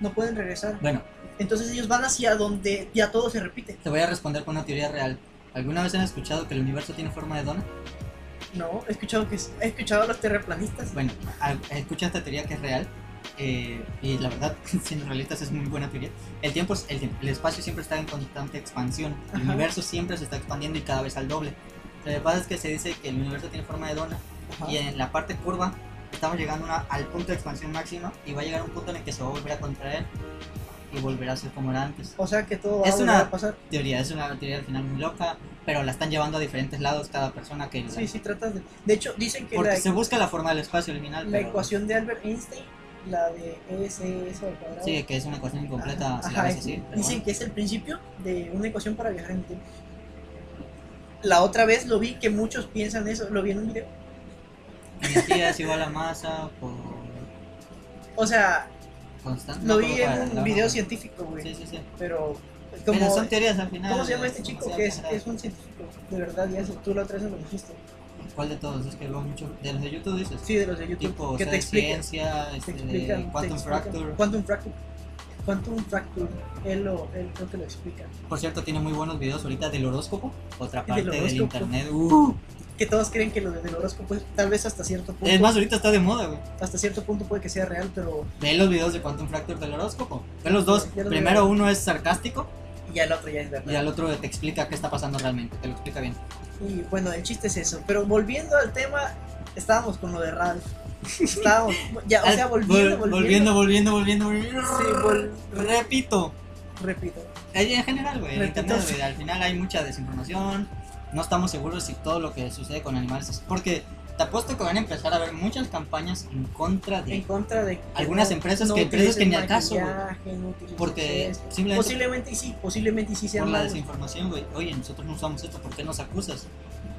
Speaker 1: no pueden regresar.
Speaker 2: Bueno,
Speaker 1: Entonces ellos van hacia donde ya todo se repite.
Speaker 2: te voy a responder con una teoría real. ¿Alguna vez han escuchado que el universo tiene forma de dona?
Speaker 1: No, he escuchado que he escuchado a los terraplanistas.
Speaker 2: Bueno, a- escucha esta teoría que es real. eh, y la verdad, [LAUGHS] siendo realistas, es muy buena teoría. El tiempo, es- el, tiempo- el espacio siempre está en constante expansión. El
Speaker 1: Ajá.
Speaker 2: universo siempre se está expandiendo y cada vez al doble. Lo que pasa es que se dice que el universo tiene forma de dona
Speaker 1: Ajá.
Speaker 2: y en la parte curva estamos llegando a una- al punto de expansión máxima y va a llegar un punto en el que se va a volver a contraer y volverá a ser como era antes.
Speaker 1: O sea que todo va
Speaker 2: Es
Speaker 1: a volver
Speaker 2: una-
Speaker 1: a pasar.
Speaker 2: Teoría, es una teoría al final muy loca, pero la están llevando a diferentes lados cada persona que... la-
Speaker 1: Sí, sí, tratas de. De hecho, dicen que
Speaker 2: porque
Speaker 1: la,
Speaker 2: se busca la forma del espacio al final.
Speaker 1: la
Speaker 2: pero-
Speaker 1: ecuación de Albert Einstein, la de S, S al cuadrado.
Speaker 2: Sí, que es una ecuación incompleta,
Speaker 1: ajá,
Speaker 2: si la
Speaker 1: ajá,
Speaker 2: ves
Speaker 1: es-
Speaker 2: así. pero
Speaker 1: Dicen
Speaker 2: bueno.
Speaker 1: que es el principio de una ecuación para viajar en el tiempo. La otra vez lo vi que muchos piensan eso, lo vi en un video.
Speaker 2: Energía es igual a masa por
Speaker 1: O sea,
Speaker 2: constante.
Speaker 1: lo
Speaker 2: no,
Speaker 1: vi
Speaker 2: por-
Speaker 1: en
Speaker 2: por-
Speaker 1: un
Speaker 2: no,
Speaker 1: video
Speaker 2: no.
Speaker 1: científico, güey.
Speaker 2: Sí, sí, sí.
Speaker 1: Pero, como,
Speaker 2: Pero son teorías al final.
Speaker 1: ¿cómo se llama
Speaker 2: eh,
Speaker 1: este chico?
Speaker 2: demasiado
Speaker 1: Que es,
Speaker 2: exageradas.
Speaker 1: es un científico, de verdad, ya eso, tú la otra vez me lo dijiste.
Speaker 2: ¿Cuál de todos? Es que veo mucho. De los de YouTube dices.
Speaker 1: Sí, de los de YouTube.
Speaker 2: Tipo,
Speaker 1: que
Speaker 2: sea
Speaker 1: te
Speaker 2: de
Speaker 1: expliquen.
Speaker 2: ciencia,
Speaker 1: Te
Speaker 2: este, de
Speaker 1: explican, te
Speaker 2: quantum
Speaker 1: explican.
Speaker 2: fracture.
Speaker 1: Quantum fracture. Quantum fracture. Él, lo, él creo que lo explica.
Speaker 2: Por cierto, tiene muy buenos videos ahorita del horóscopo. Otra parte del,
Speaker 1: horóscopo.
Speaker 2: internet. Uh,
Speaker 1: Que todos creen que lo del horóscopo es- tal vez hasta cierto punto.
Speaker 2: es más, ahorita está de moda, güey.
Speaker 1: hasta cierto punto puede que sea real, pero
Speaker 2: Ve los videos de quantum fracture del horóscopo. Ve los dos.
Speaker 1: Ya lo
Speaker 2: Primero
Speaker 1: veo.
Speaker 2: uno es sarcástico
Speaker 1: ya el otro ya es verdad.
Speaker 2: y al otro te explica qué está pasando realmente. Te lo explica bien.
Speaker 1: Y bueno, el chiste es eso. Pero volviendo al tema, estábamos con lo de Ralph. Estábamos, ya, o sea,
Speaker 2: Al- Ah, Eh, vol-
Speaker 1: volviendo, volviendo.
Speaker 2: volviendo, volviendo, volviendo, volviendo.
Speaker 1: Sí, vol-
Speaker 2: Repito,
Speaker 1: Repito.
Speaker 2: ahí en general, güey, en
Speaker 1: Repito.
Speaker 2: internet, güey, al final hay mucha desinformación. No estamos seguros si todo lo que sucede con animales es porque te apuesto que van a empezar a haber muchas campañas en contra
Speaker 1: En
Speaker 2: de
Speaker 1: contra de. que
Speaker 2: Algunas empresas que empresas que ni al caso, güey.
Speaker 1: maquillaje, no utilicen
Speaker 2: porque
Speaker 1: esto.
Speaker 2: simplemente
Speaker 1: Posiblemente y sí, posiblemente y sí sea
Speaker 2: por la
Speaker 1: malo.
Speaker 2: desinformación, güey. Oye, nosotros no usamos esto, ¿por qué nos acusas?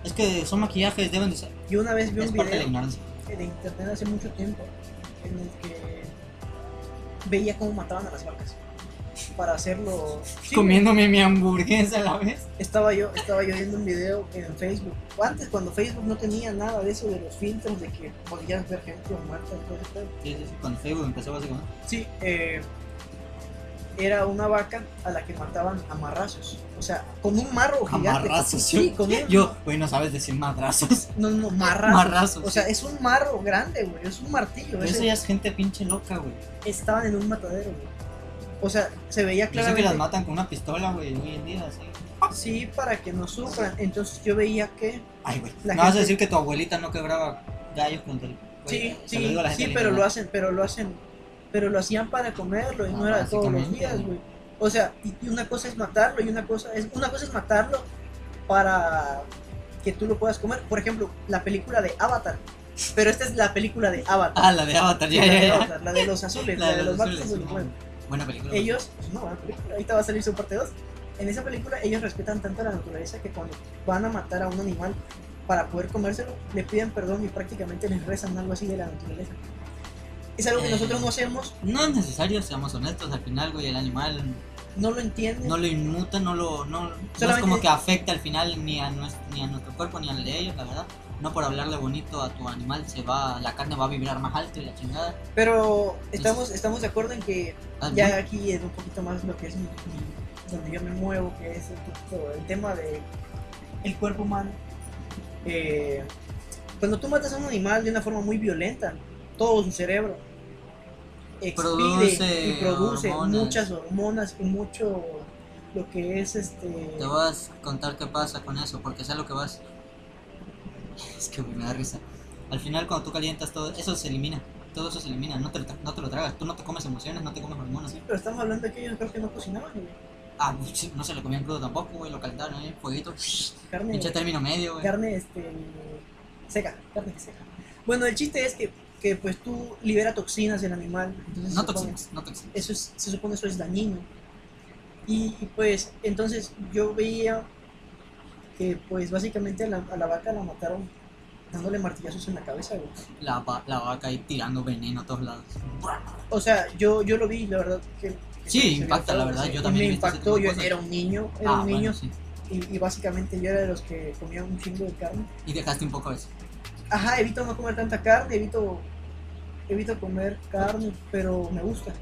Speaker 2: Es que son maquillajes, deben de ser.
Speaker 1: Yo una vez vi
Speaker 2: Es
Speaker 1: un
Speaker 2: parte de la
Speaker 1: video.
Speaker 2: ignorancia.
Speaker 1: de internet hace mucho tiempo en el que veía cómo mataban a las vacas para hacerlo Sí,
Speaker 2: Comiéndome mi hamburguesa a la vez.
Speaker 1: estaba yo estaba yo viendo un video en Facebook antes cuando Facebook no tenía nada de eso de los filtros de que podías ver gente muerta y todo ese pedo.
Speaker 2: Sí, sí, sí, cuando Facebook empezó básicamente.
Speaker 1: sí eh, era una vaca a la que mataban a marrazos o sea con un marro gigante
Speaker 2: Amarrazos,
Speaker 1: sí con un
Speaker 2: Yo, güey, no sabes decir madrazos.
Speaker 1: no no marrazos
Speaker 2: Marrazos.
Speaker 1: o sea
Speaker 2: sí.
Speaker 1: es un marro grande güey es un martillo
Speaker 2: Pero
Speaker 1: ese-
Speaker 2: eso ya es gente pinche loca, güey.
Speaker 1: estaban en un matadero, güey. O sea, se veía
Speaker 2: Yo sé que
Speaker 1: claramente.
Speaker 2: las matan con una pistola, güey, hoy en día, sí.
Speaker 1: sí, para que no sufran. Entonces yo veía que.
Speaker 2: Ay, güey.
Speaker 1: La
Speaker 2: No vas a
Speaker 1: gente-
Speaker 2: decir que tu abuelita no quebraba gallos contra el. güey, eh,
Speaker 1: Sí,
Speaker 2: se lo
Speaker 1: sí,
Speaker 2: digo a la gente
Speaker 1: sí,
Speaker 2: de
Speaker 1: pero lo
Speaker 2: internet.
Speaker 1: hacen, pero lo hacen. Pero lo hacían para comerlo y no
Speaker 2: Ah,
Speaker 1: era todos los
Speaker 2: básicamente,
Speaker 1: días,
Speaker 2: ¿no?
Speaker 1: güey. O sea, y y una cosa es matarlo y una cosa es una cosa es matarlo para que tú lo puedas comer. Por ejemplo, la película de Avatar. Pero esta es la película de Avatar.
Speaker 2: Ah, la de Avatar, [LAUGHS] ya,
Speaker 1: la, de
Speaker 2: ya, [LAUGHS] ya.
Speaker 1: Avatar, la de los azules, la, de los,
Speaker 2: azules,
Speaker 1: vatos azules,
Speaker 2: no,
Speaker 1: bueno.
Speaker 2: Buena película.
Speaker 1: Ellos, pues, no, la película, ahorita va a salir su parte 2. en esa película ellos respetan tanto la naturaleza que cuando van a matar a un animal para poder comérselo, le piden perdón y prácticamente les rezan algo así de la naturaleza. Es algo que
Speaker 2: Eh.
Speaker 1: nosotros no hacemos,
Speaker 2: No es necesario, seamos honestos, al final, güey, el animal
Speaker 1: no lo entienden.
Speaker 2: no lo inmuta, no lo. No, no es
Speaker 1: Solamente-
Speaker 2: como que afecta al final ni a, nues- ni a nuestro cuerpo ni al de ellos, la verdad. No por hablarle bonito a tu animal, se va, la carne va a vibrar más alto y la chingada.
Speaker 1: Pero estamos, estamos de acuerdo en que
Speaker 2: Ah,
Speaker 1: ya
Speaker 2: ¿no?
Speaker 1: aquí es un poquito más lo que es mi- mi- donde yo me muevo, que es un poquito el tema de el cuerpo humano. Eh, cuando tú matas a un animal de una forma muy violenta, todo su cerebro expide
Speaker 2: Produce
Speaker 1: y produce
Speaker 2: hormonas.
Speaker 1: muchas hormonas y mucho lo que es este
Speaker 2: Te vas a contar qué pasa con eso, porque sé lo que vas. Es que güey, me da risa. Al final, cuando tú calientas todo, eso se elimina. Todo eso se elimina, no te, lo tra- no te lo tragas. Tú no te comes emociones, no te comes hormonas. ¿sí?
Speaker 1: pero estamos hablando de que ellos creo que no cocinaban güey.
Speaker 2: Ah, sí, no se lo comían crudo tampoco, güey. Lo calentaron ahí, fueguito.
Speaker 1: carne
Speaker 2: Pinche término medio, güey.
Speaker 1: carne este, seca, carne seca. Bueno, el chiste es que, que pues tú libera toxinas del animal. entonces
Speaker 2: No
Speaker 1: se supone-
Speaker 2: toxinas, no toxinas.
Speaker 1: Eso es- se supone eso es dañino. Y, y, pues entonces yo veía que pues básicamente a la, a la vaca la mataron dándole martillazos en la cabeza. güey.
Speaker 2: La, va- la vaca ahí tirando veneno a todos lados.
Speaker 1: O sea, yo, yo lo vi, la verdad que... que
Speaker 2: Sí,
Speaker 1: se veía
Speaker 2: impacta, la
Speaker 1: feo,
Speaker 2: verdad,
Speaker 1: sí.
Speaker 2: yo
Speaker 1: Y
Speaker 2: también he
Speaker 1: Me
Speaker 2: visto ese
Speaker 1: impactó,
Speaker 2: tipo de
Speaker 1: yo
Speaker 2: cosas.
Speaker 1: era un niño, era
Speaker 2: Ah,
Speaker 1: un niño
Speaker 2: bueno, sí.
Speaker 1: y, y básicamente yo era de los que comía un chingo de carne.
Speaker 2: Y dejaste un poco eso.
Speaker 1: Ajá, evito no comer tanta carne, evito, evito comer carne, pero me gusta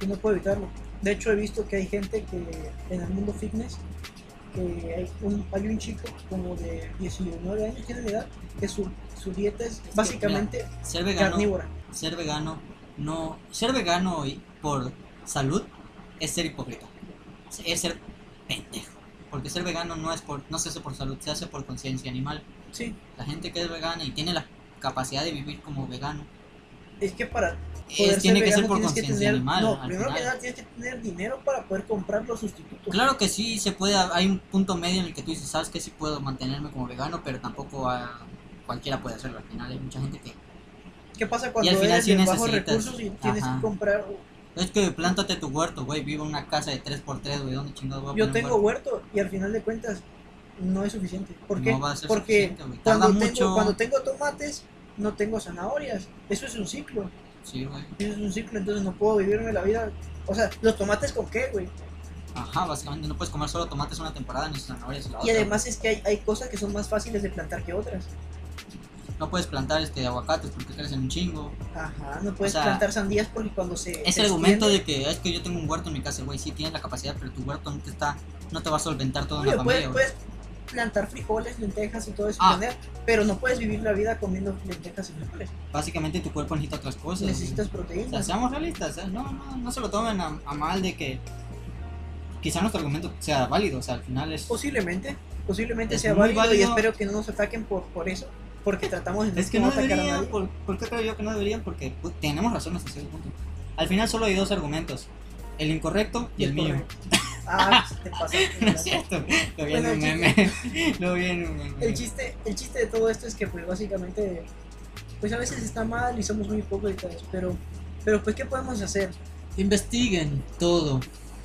Speaker 1: y no puedo evitarlo. De hecho, he visto que hay gente que en el mundo fitness, que hay un, hay un chico como de 19 años, tiene mi edad, que su, su dieta es
Speaker 2: mira,
Speaker 1: básicamente
Speaker 2: Ser vegano,
Speaker 1: carnívora.
Speaker 2: ser vegano, no. Ser vegano y- por salud es ser hipócrita. Es ser pendejo. Porque ser vegano no es por, no se hace por salud, se hace por conciencia animal.
Speaker 1: Sí,
Speaker 2: La gente que es vegana y tiene la capacidad de vivir como vegano,
Speaker 1: es que para
Speaker 2: es-
Speaker 1: poder ser
Speaker 2: tiene que ser
Speaker 1: vegano
Speaker 2: por
Speaker 1: tienes que
Speaker 2: conciencia
Speaker 1: tener,
Speaker 2: animal.
Speaker 1: no,
Speaker 2: al
Speaker 1: primero que
Speaker 2: final.
Speaker 1: nada tienes que tener dinero para poder comprar los sustitutos.
Speaker 2: Claro que sí, se puede, hay un punto medio en el que tú dices, sabes que sí puedo mantenerme como vegano, pero tampoco ah, cualquiera puede hacerlo. Al final hay mucha gente que...
Speaker 1: ¿Qué pasa
Speaker 2: Y
Speaker 1: cuando
Speaker 2: al final
Speaker 1: eres
Speaker 2: sí
Speaker 1: de bajos
Speaker 2: necesitas-
Speaker 1: recursos y tienes
Speaker 2: ajá.
Speaker 1: que comprar
Speaker 2: Es que plántate tu huerto, güey, vivo en una casa de 3x3, güey, ¿dónde chingados voy a
Speaker 1: Yo
Speaker 2: poner
Speaker 1: tengo
Speaker 2: huerto?
Speaker 1: huerto y al final de cuentas no es suficiente. ¿Por qué?
Speaker 2: No va a ser
Speaker 1: Porque
Speaker 2: suficiente, güey. Tarda
Speaker 1: cuando
Speaker 2: mucho.
Speaker 1: tengo, cuando tengo tomates, no tengo zanahorias. Eso es un ciclo.
Speaker 2: Sí, güey.
Speaker 1: Eso es un ciclo, entonces no puedo vivirme la vida. O sea, ¿los tomates con qué, güey?
Speaker 2: Ajá, básicamente no puedes comer solo tomates una temporada ni zanahorias la
Speaker 1: Y
Speaker 2: otra.
Speaker 1: además es que hay, hay cosas que son más fáciles de plantar que otras.
Speaker 2: güey. No puedes plantar este aguacates porque crecen un chingo.
Speaker 1: Ajá, no puedes
Speaker 2: sea,
Speaker 1: plantar sandías porque cuando se.
Speaker 2: Ese
Speaker 1: se
Speaker 2: argumento
Speaker 1: extiende-
Speaker 2: de que es que yo tengo un huerto en mi casa, güey, sí tienes la capacidad, pero tu huerto no te está no te va a solventar toda
Speaker 1: Oye,
Speaker 2: una familia,
Speaker 1: puedes,
Speaker 2: güey.
Speaker 1: puedes plantar frijoles, lentejas y todo eso,
Speaker 2: Ah.
Speaker 1: tener, pero no puedes vivir la vida comiendo lentejas y frijoles.
Speaker 2: Básicamente tu cuerpo necesita otras cosas. güey.
Speaker 1: Necesitas
Speaker 2: O sea,
Speaker 1: proteínas.
Speaker 2: seamos realistas, ¿eh? no, no, no se lo tomen a, a mal de que quizá nuestro argumento sea válido, o sea, al final es...
Speaker 1: Posiblemente, posiblemente
Speaker 2: Es
Speaker 1: sea
Speaker 2: muy
Speaker 1: válido, y
Speaker 2: válido.
Speaker 1: espero que no nos ataquen por, por eso, porque tratamos de
Speaker 2: Es que no
Speaker 1: atacar a
Speaker 2: deberían,
Speaker 1: nadie.
Speaker 2: ¿por, por qué creo yo que no deberían? Porque pues, tenemos razón hasta cierto punto. Al final solo hay dos argumentos, el incorrecto y el mío.
Speaker 1: Correcto. Ah, pues, te pasaste,
Speaker 2: [LAUGHS] No
Speaker 1: ¿verdad?
Speaker 2: es cierto, lo vi en
Speaker 1: Bueno,
Speaker 2: un
Speaker 1: el
Speaker 2: meme, [LAUGHS] lo vi en un meme.
Speaker 1: el chiste, el chiste de todo esto es que pues básicamente, pues a veces está mal y somos muy hipócritas, pero, pero pues ¿qué podemos hacer?
Speaker 2: Investiguen todo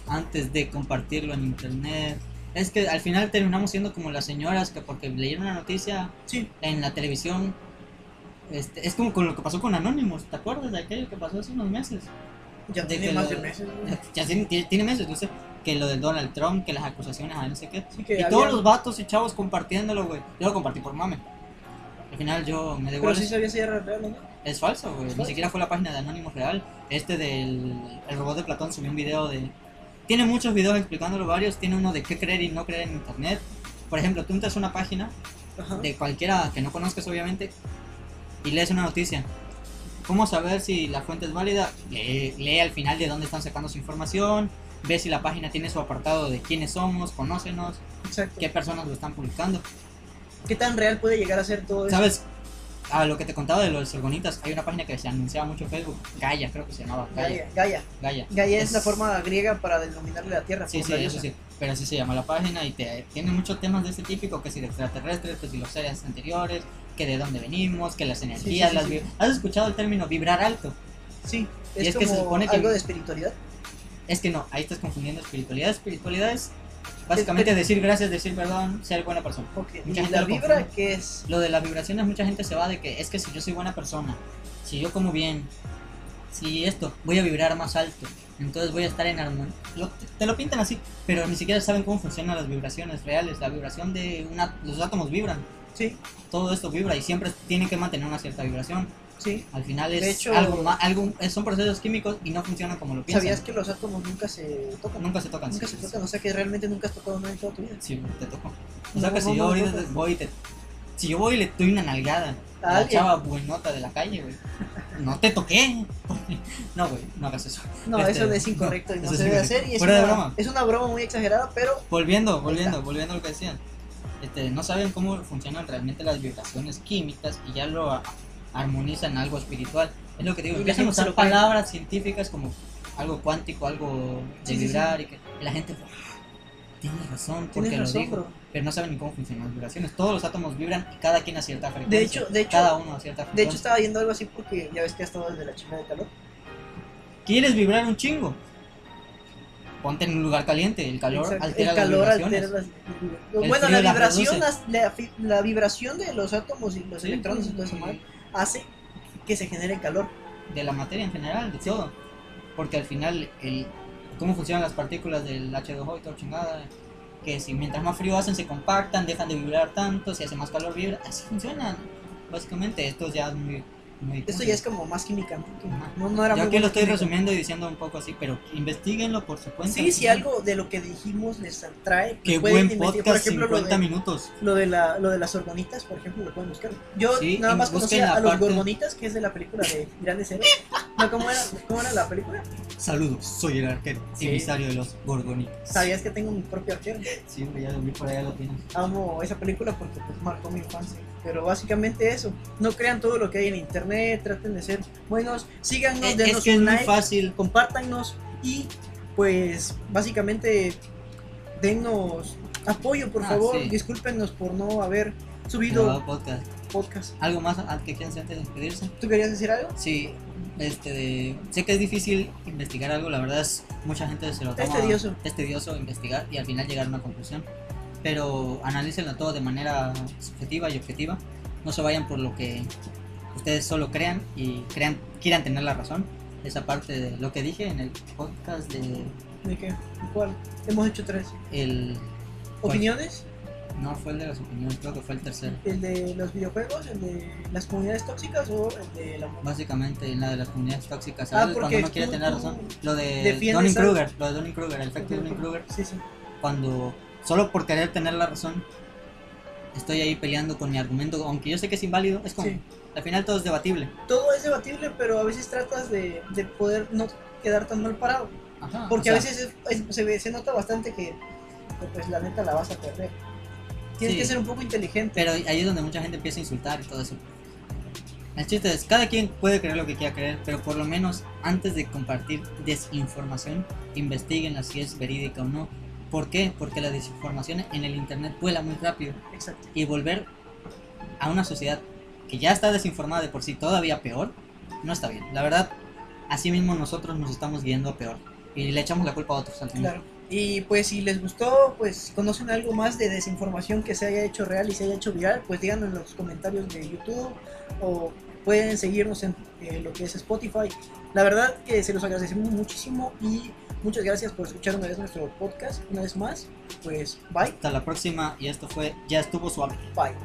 Speaker 2: antes de compartirlo en internet. Es que al final terminamos siendo como las señoras que porque leyeron una noticia
Speaker 1: Sí,
Speaker 2: en la televisión. Este, es como con lo que pasó con Anonymous, ¿te acuerdas de aquello que pasó hace unos meses?
Speaker 1: ya
Speaker 2: De
Speaker 1: tiene
Speaker 2: que
Speaker 1: más
Speaker 2: lo-
Speaker 1: de meses. ¿no?
Speaker 2: Ya tiene, tiene- tiene meses, no sé, que lo de Donald Trump, que las acusaciones a no sé qué.
Speaker 1: Así que
Speaker 2: Y
Speaker 1: había-
Speaker 2: todos los vatos y chavos compartiéndolo, güey. Yo lo compartí por mame. Al final yo me
Speaker 1: pero
Speaker 2: da igual.
Speaker 1: sí
Speaker 2: Es,
Speaker 1: sabía si era real o no.
Speaker 2: es falso, güey. Ni
Speaker 1: falso.
Speaker 2: siquiera fue la página de Anonymous real. Este del el robot de Platón subió un video de... Tiene muchos videos explicándolo varios. Tiene uno de qué creer y no creer en internet. Por ejemplo, tú entras a una página
Speaker 1: Ajá.
Speaker 2: de cualquiera que no conozcas obviamente y lees una noticia. ¿Cómo saber si la fuente es válida? Lee, lee al final de dónde están sacando su información, ve si la página tiene su apartado de quiénes somos, conócenos,
Speaker 1: Exacto.
Speaker 2: qué
Speaker 1: ¿Qué?
Speaker 2: personas lo están publicando.
Speaker 1: tan real puede llegar a ser todo eso?
Speaker 2: ¿Sabes? A lo que te contaba de los ergonitas, hay una página que se anunciaba mucho en Facebook, Gaia creo que se llamaba, Gaia.
Speaker 1: Gaia, Gaia.
Speaker 2: Gaia.
Speaker 1: Gaia es la forma griega para denominarle la Tierra.
Speaker 2: Sí,
Speaker 1: por
Speaker 2: sí,
Speaker 1: la
Speaker 2: eso
Speaker 1: diosa.
Speaker 2: sí. Pero así se llama la página y te, tiene muchos temas de este típico, que si de extraterrestres, que si los seres anteriores, que de dónde venimos, que las energías,
Speaker 1: sí,
Speaker 2: las
Speaker 1: sí.
Speaker 2: vi- ¿Has escuchado el término vibrar alto?
Speaker 1: Sí,
Speaker 2: Y
Speaker 1: es,
Speaker 2: es que
Speaker 1: como
Speaker 2: se supone que-
Speaker 1: algo de espiritualidad.
Speaker 2: Es que no, ahí estás confundiendo espiritualidad. Espiritualidad es Básicamente decir gracias, decir perdón, ser buena persona.
Speaker 1: Porque
Speaker 2: Mucha
Speaker 1: y
Speaker 2: gente
Speaker 1: la
Speaker 2: lo
Speaker 1: vibra
Speaker 2: confunde.
Speaker 1: que es.
Speaker 2: Lo de las vibraciones, mucha gente se va de que es que si yo soy buena persona, si yo como bien, si esto, voy a vibrar más alto, entonces voy a estar en armonía. Lo- te lo pintan así, pero ni siquiera saben cómo funcionan las vibraciones reales. La vibración de una, los átomos vibran,
Speaker 1: Sí,
Speaker 2: todo esto vibra y siempre tienen que mantener una cierta vibración.
Speaker 1: sí.
Speaker 2: Al final es
Speaker 1: De hecho-
Speaker 2: algo más, algo, son procesos químicos y no funcionan como lo piensan.
Speaker 1: ¿Sabías que los átomos nunca se tocan?
Speaker 2: Nunca se tocan.
Speaker 1: Nunca
Speaker 2: sí,
Speaker 1: se tocan, o sea que realmente nunca has tocado nada en toda tu vida.
Speaker 2: Sí, te tocó. O
Speaker 1: No,
Speaker 2: sea que
Speaker 1: no,
Speaker 2: si yo
Speaker 1: no,
Speaker 2: ahorita
Speaker 1: no, no.
Speaker 2: voy y te. Si yo voy y le doy una nalgada
Speaker 1: ¿A
Speaker 2: a la
Speaker 1: alguien?
Speaker 2: chava buenota de la calle, güey. No te toqué. [LAUGHS] No, güey, no hagas eso.
Speaker 1: No,
Speaker 2: Este,
Speaker 1: eso es incorrecto y no
Speaker 2: eso es
Speaker 1: se debe
Speaker 2: incorrecto.
Speaker 1: hacer. Y es
Speaker 2: Fuera de
Speaker 1: una-
Speaker 2: broma.
Speaker 1: es una broma muy exagerada, pero
Speaker 2: Volviendo, volviendo, volviendo a lo que decían. Este, no saben cómo funcionan realmente las vibraciones químicas y ya lo a- armonizan en algo espiritual. Es lo que digo,
Speaker 1: Y la
Speaker 2: empiezan a
Speaker 1: gente se
Speaker 2: usar
Speaker 1: lo cree.
Speaker 2: palabras científicas como algo cuántico, algo de
Speaker 1: Sí, sí, sí.
Speaker 2: vibrar y que y la gente "Wow, tiene razón porque
Speaker 1: tienes
Speaker 2: lo
Speaker 1: razón,
Speaker 2: dijo.
Speaker 1: bro.
Speaker 2: pero no saben ni cómo funcionan las vibraciones. Todos los átomos vibran y cada quien a cierta frecuencia.
Speaker 1: De hecho- de hecho-
Speaker 2: cada uno a cierta
Speaker 1: De hecho,
Speaker 2: frecuencia.
Speaker 1: estaba viendo algo así porque ya ves que ha estado desde la chingada de calor.
Speaker 2: ¿Quieres vibrar un chingo? Ponte en un lugar caliente, el calor
Speaker 1: Exacto,
Speaker 2: altera
Speaker 1: el
Speaker 2: las
Speaker 1: calor
Speaker 2: vibraciones.
Speaker 1: altera las
Speaker 2: El
Speaker 1: vibraciones. Bueno, la
Speaker 2: frío las
Speaker 1: vibración,
Speaker 2: reduce.
Speaker 1: las- la, fi- la vibración de los átomos y los
Speaker 2: Sí,
Speaker 1: electrones y todo eso mal, hace que se genere calor.
Speaker 2: de la materia en general, de todo. Porque al final, el, cómo funcionan las partículas del H2O y todo chingada, que si mientras más frío hacen se compactan, dejan de vibrar tanto, si hace más calor vibra, así funcionan. Básicamente, esto ya es muy... muy
Speaker 1: Esto ya es como más química, ¿no? Que
Speaker 2: Ajá.
Speaker 1: No, no era
Speaker 2: Yo
Speaker 1: muy
Speaker 2: aquí lo
Speaker 1: buena
Speaker 2: estoy
Speaker 1: química.
Speaker 2: resumiendo y diciendo un poco así, pero investiguenlo por su cuenta.
Speaker 1: Sí, si algo de lo que dijimos les atrae,
Speaker 2: Qué
Speaker 1: pueden
Speaker 2: buen
Speaker 1: investigar.
Speaker 2: podcast,
Speaker 1: por
Speaker 2: 50
Speaker 1: ejemplo, lo de,
Speaker 2: minutos.
Speaker 1: lo de la, lo de las orgonitas, por ejemplo, lo pueden buscar. Yo
Speaker 2: Sí,
Speaker 1: nada
Speaker 2: en-
Speaker 1: más
Speaker 2: busquen
Speaker 1: conocía
Speaker 2: la
Speaker 1: a los
Speaker 2: parte-
Speaker 1: gorgonitas, que es de la película de Grandes Héroes. No, ¿cómo era, ¿Cómo era la película?
Speaker 2: Saludos, soy el arquero,
Speaker 1: Sí.
Speaker 2: emisario de los gorgonitas.
Speaker 1: Sabías que tengo mi propio arquero.
Speaker 2: Sí, hombre, ya lo vi por allá lo tienes.
Speaker 1: amo esa película porque pues marcó mi infancia. Pero básicamente eso, no crean todo lo que hay en internet, traten de ser buenos, síganos,
Speaker 2: Es,
Speaker 1: denos
Speaker 2: que es
Speaker 1: un
Speaker 2: muy
Speaker 1: like,
Speaker 2: fácil.
Speaker 1: compártanos y pues básicamente dennos apoyo, por
Speaker 2: Ah,
Speaker 1: favor,
Speaker 2: sí.
Speaker 1: discúlpenos por no haber subido
Speaker 2: grabado Podcast.
Speaker 1: podcast.
Speaker 2: ¿Algo más al que quieran decir antes de despedirse?
Speaker 1: ¿Tú querías decir algo?
Speaker 2: Sí, este de- sé que es difícil investigar algo, la verdad es mucha gente se lo
Speaker 1: Es
Speaker 2: toma
Speaker 1: tedioso.
Speaker 2: es tedioso investigar y al final llegar a una conclusión, pero analícenlo todo de manera subjetiva y objetiva, no se vayan por lo que ustedes solo crean y crean quieran tener la razón. Esa parte de lo que dije en el podcast de
Speaker 1: ¿De qué? ¿De ¿Cuál? Hemos hecho tres.
Speaker 2: el ¿Cuál?
Speaker 1: ¿Opiniones?
Speaker 2: no fue el de las opiniones, creo que fue el tercero.
Speaker 1: ¿El de los videojuegos? ¿El de las comunidades tóxicas o el de la
Speaker 2: Básicamente en la de las comunidades tóxicas,
Speaker 1: Ah,
Speaker 2: ¿sabes? cuando
Speaker 1: porque
Speaker 2: uno quiere
Speaker 1: tú-
Speaker 2: tener
Speaker 1: tú
Speaker 2: razón. Lo de
Speaker 1: defiendes
Speaker 2: Donning
Speaker 1: algo.
Speaker 2: Kruger, lo de Donning Kruger, el efecto de Donning Kruger,
Speaker 1: Sí, sí.
Speaker 2: cuando solo por querer tener la razón estoy ahí peleando con mi argumento, aunque yo sé que es inválido, es como
Speaker 1: Sí.
Speaker 2: al final todo es debatible.
Speaker 1: todo es debatible, pero a veces tratas de, de poder no quedar tan mal parado.
Speaker 2: Ajá,
Speaker 1: Porque
Speaker 2: o
Speaker 1: a
Speaker 2: sea,
Speaker 1: veces es- es- se, ve- se nota bastante que, que, pues la neta la vas a perder. Tienes
Speaker 2: Sí.
Speaker 1: que ser un poco inteligente.
Speaker 2: pero ahí es donde mucha gente empieza a insultar y todo eso. El chiste es, cada quien puede creer lo que quiera creer, pero por lo menos antes de compartir desinformación, investiguenla si es verídica o no. ¿Por qué? Porque la desinformación en el Internet vuela muy rápido.
Speaker 1: Exacto.
Speaker 2: y volver a una sociedad que ya está desinformada de por sí todavía peor, no está bien. La verdad, así mismo nosotros nos estamos guiando a peor y le echamos la culpa a otros al final.
Speaker 1: Claro. Y pues si les gustó, pues conocen algo más de desinformación que se haya hecho real y se haya hecho viral, pues díganlo en los comentarios de YouTube o pueden seguirnos en eh, lo que es Spotify. La verdad que se los agradecemos muchísimo y muchas gracias por escuchar una vez nuestro podcast. Una vez más, pues bye,
Speaker 2: Hasta la próxima y esto fue Ya estuvo suave.
Speaker 1: bye.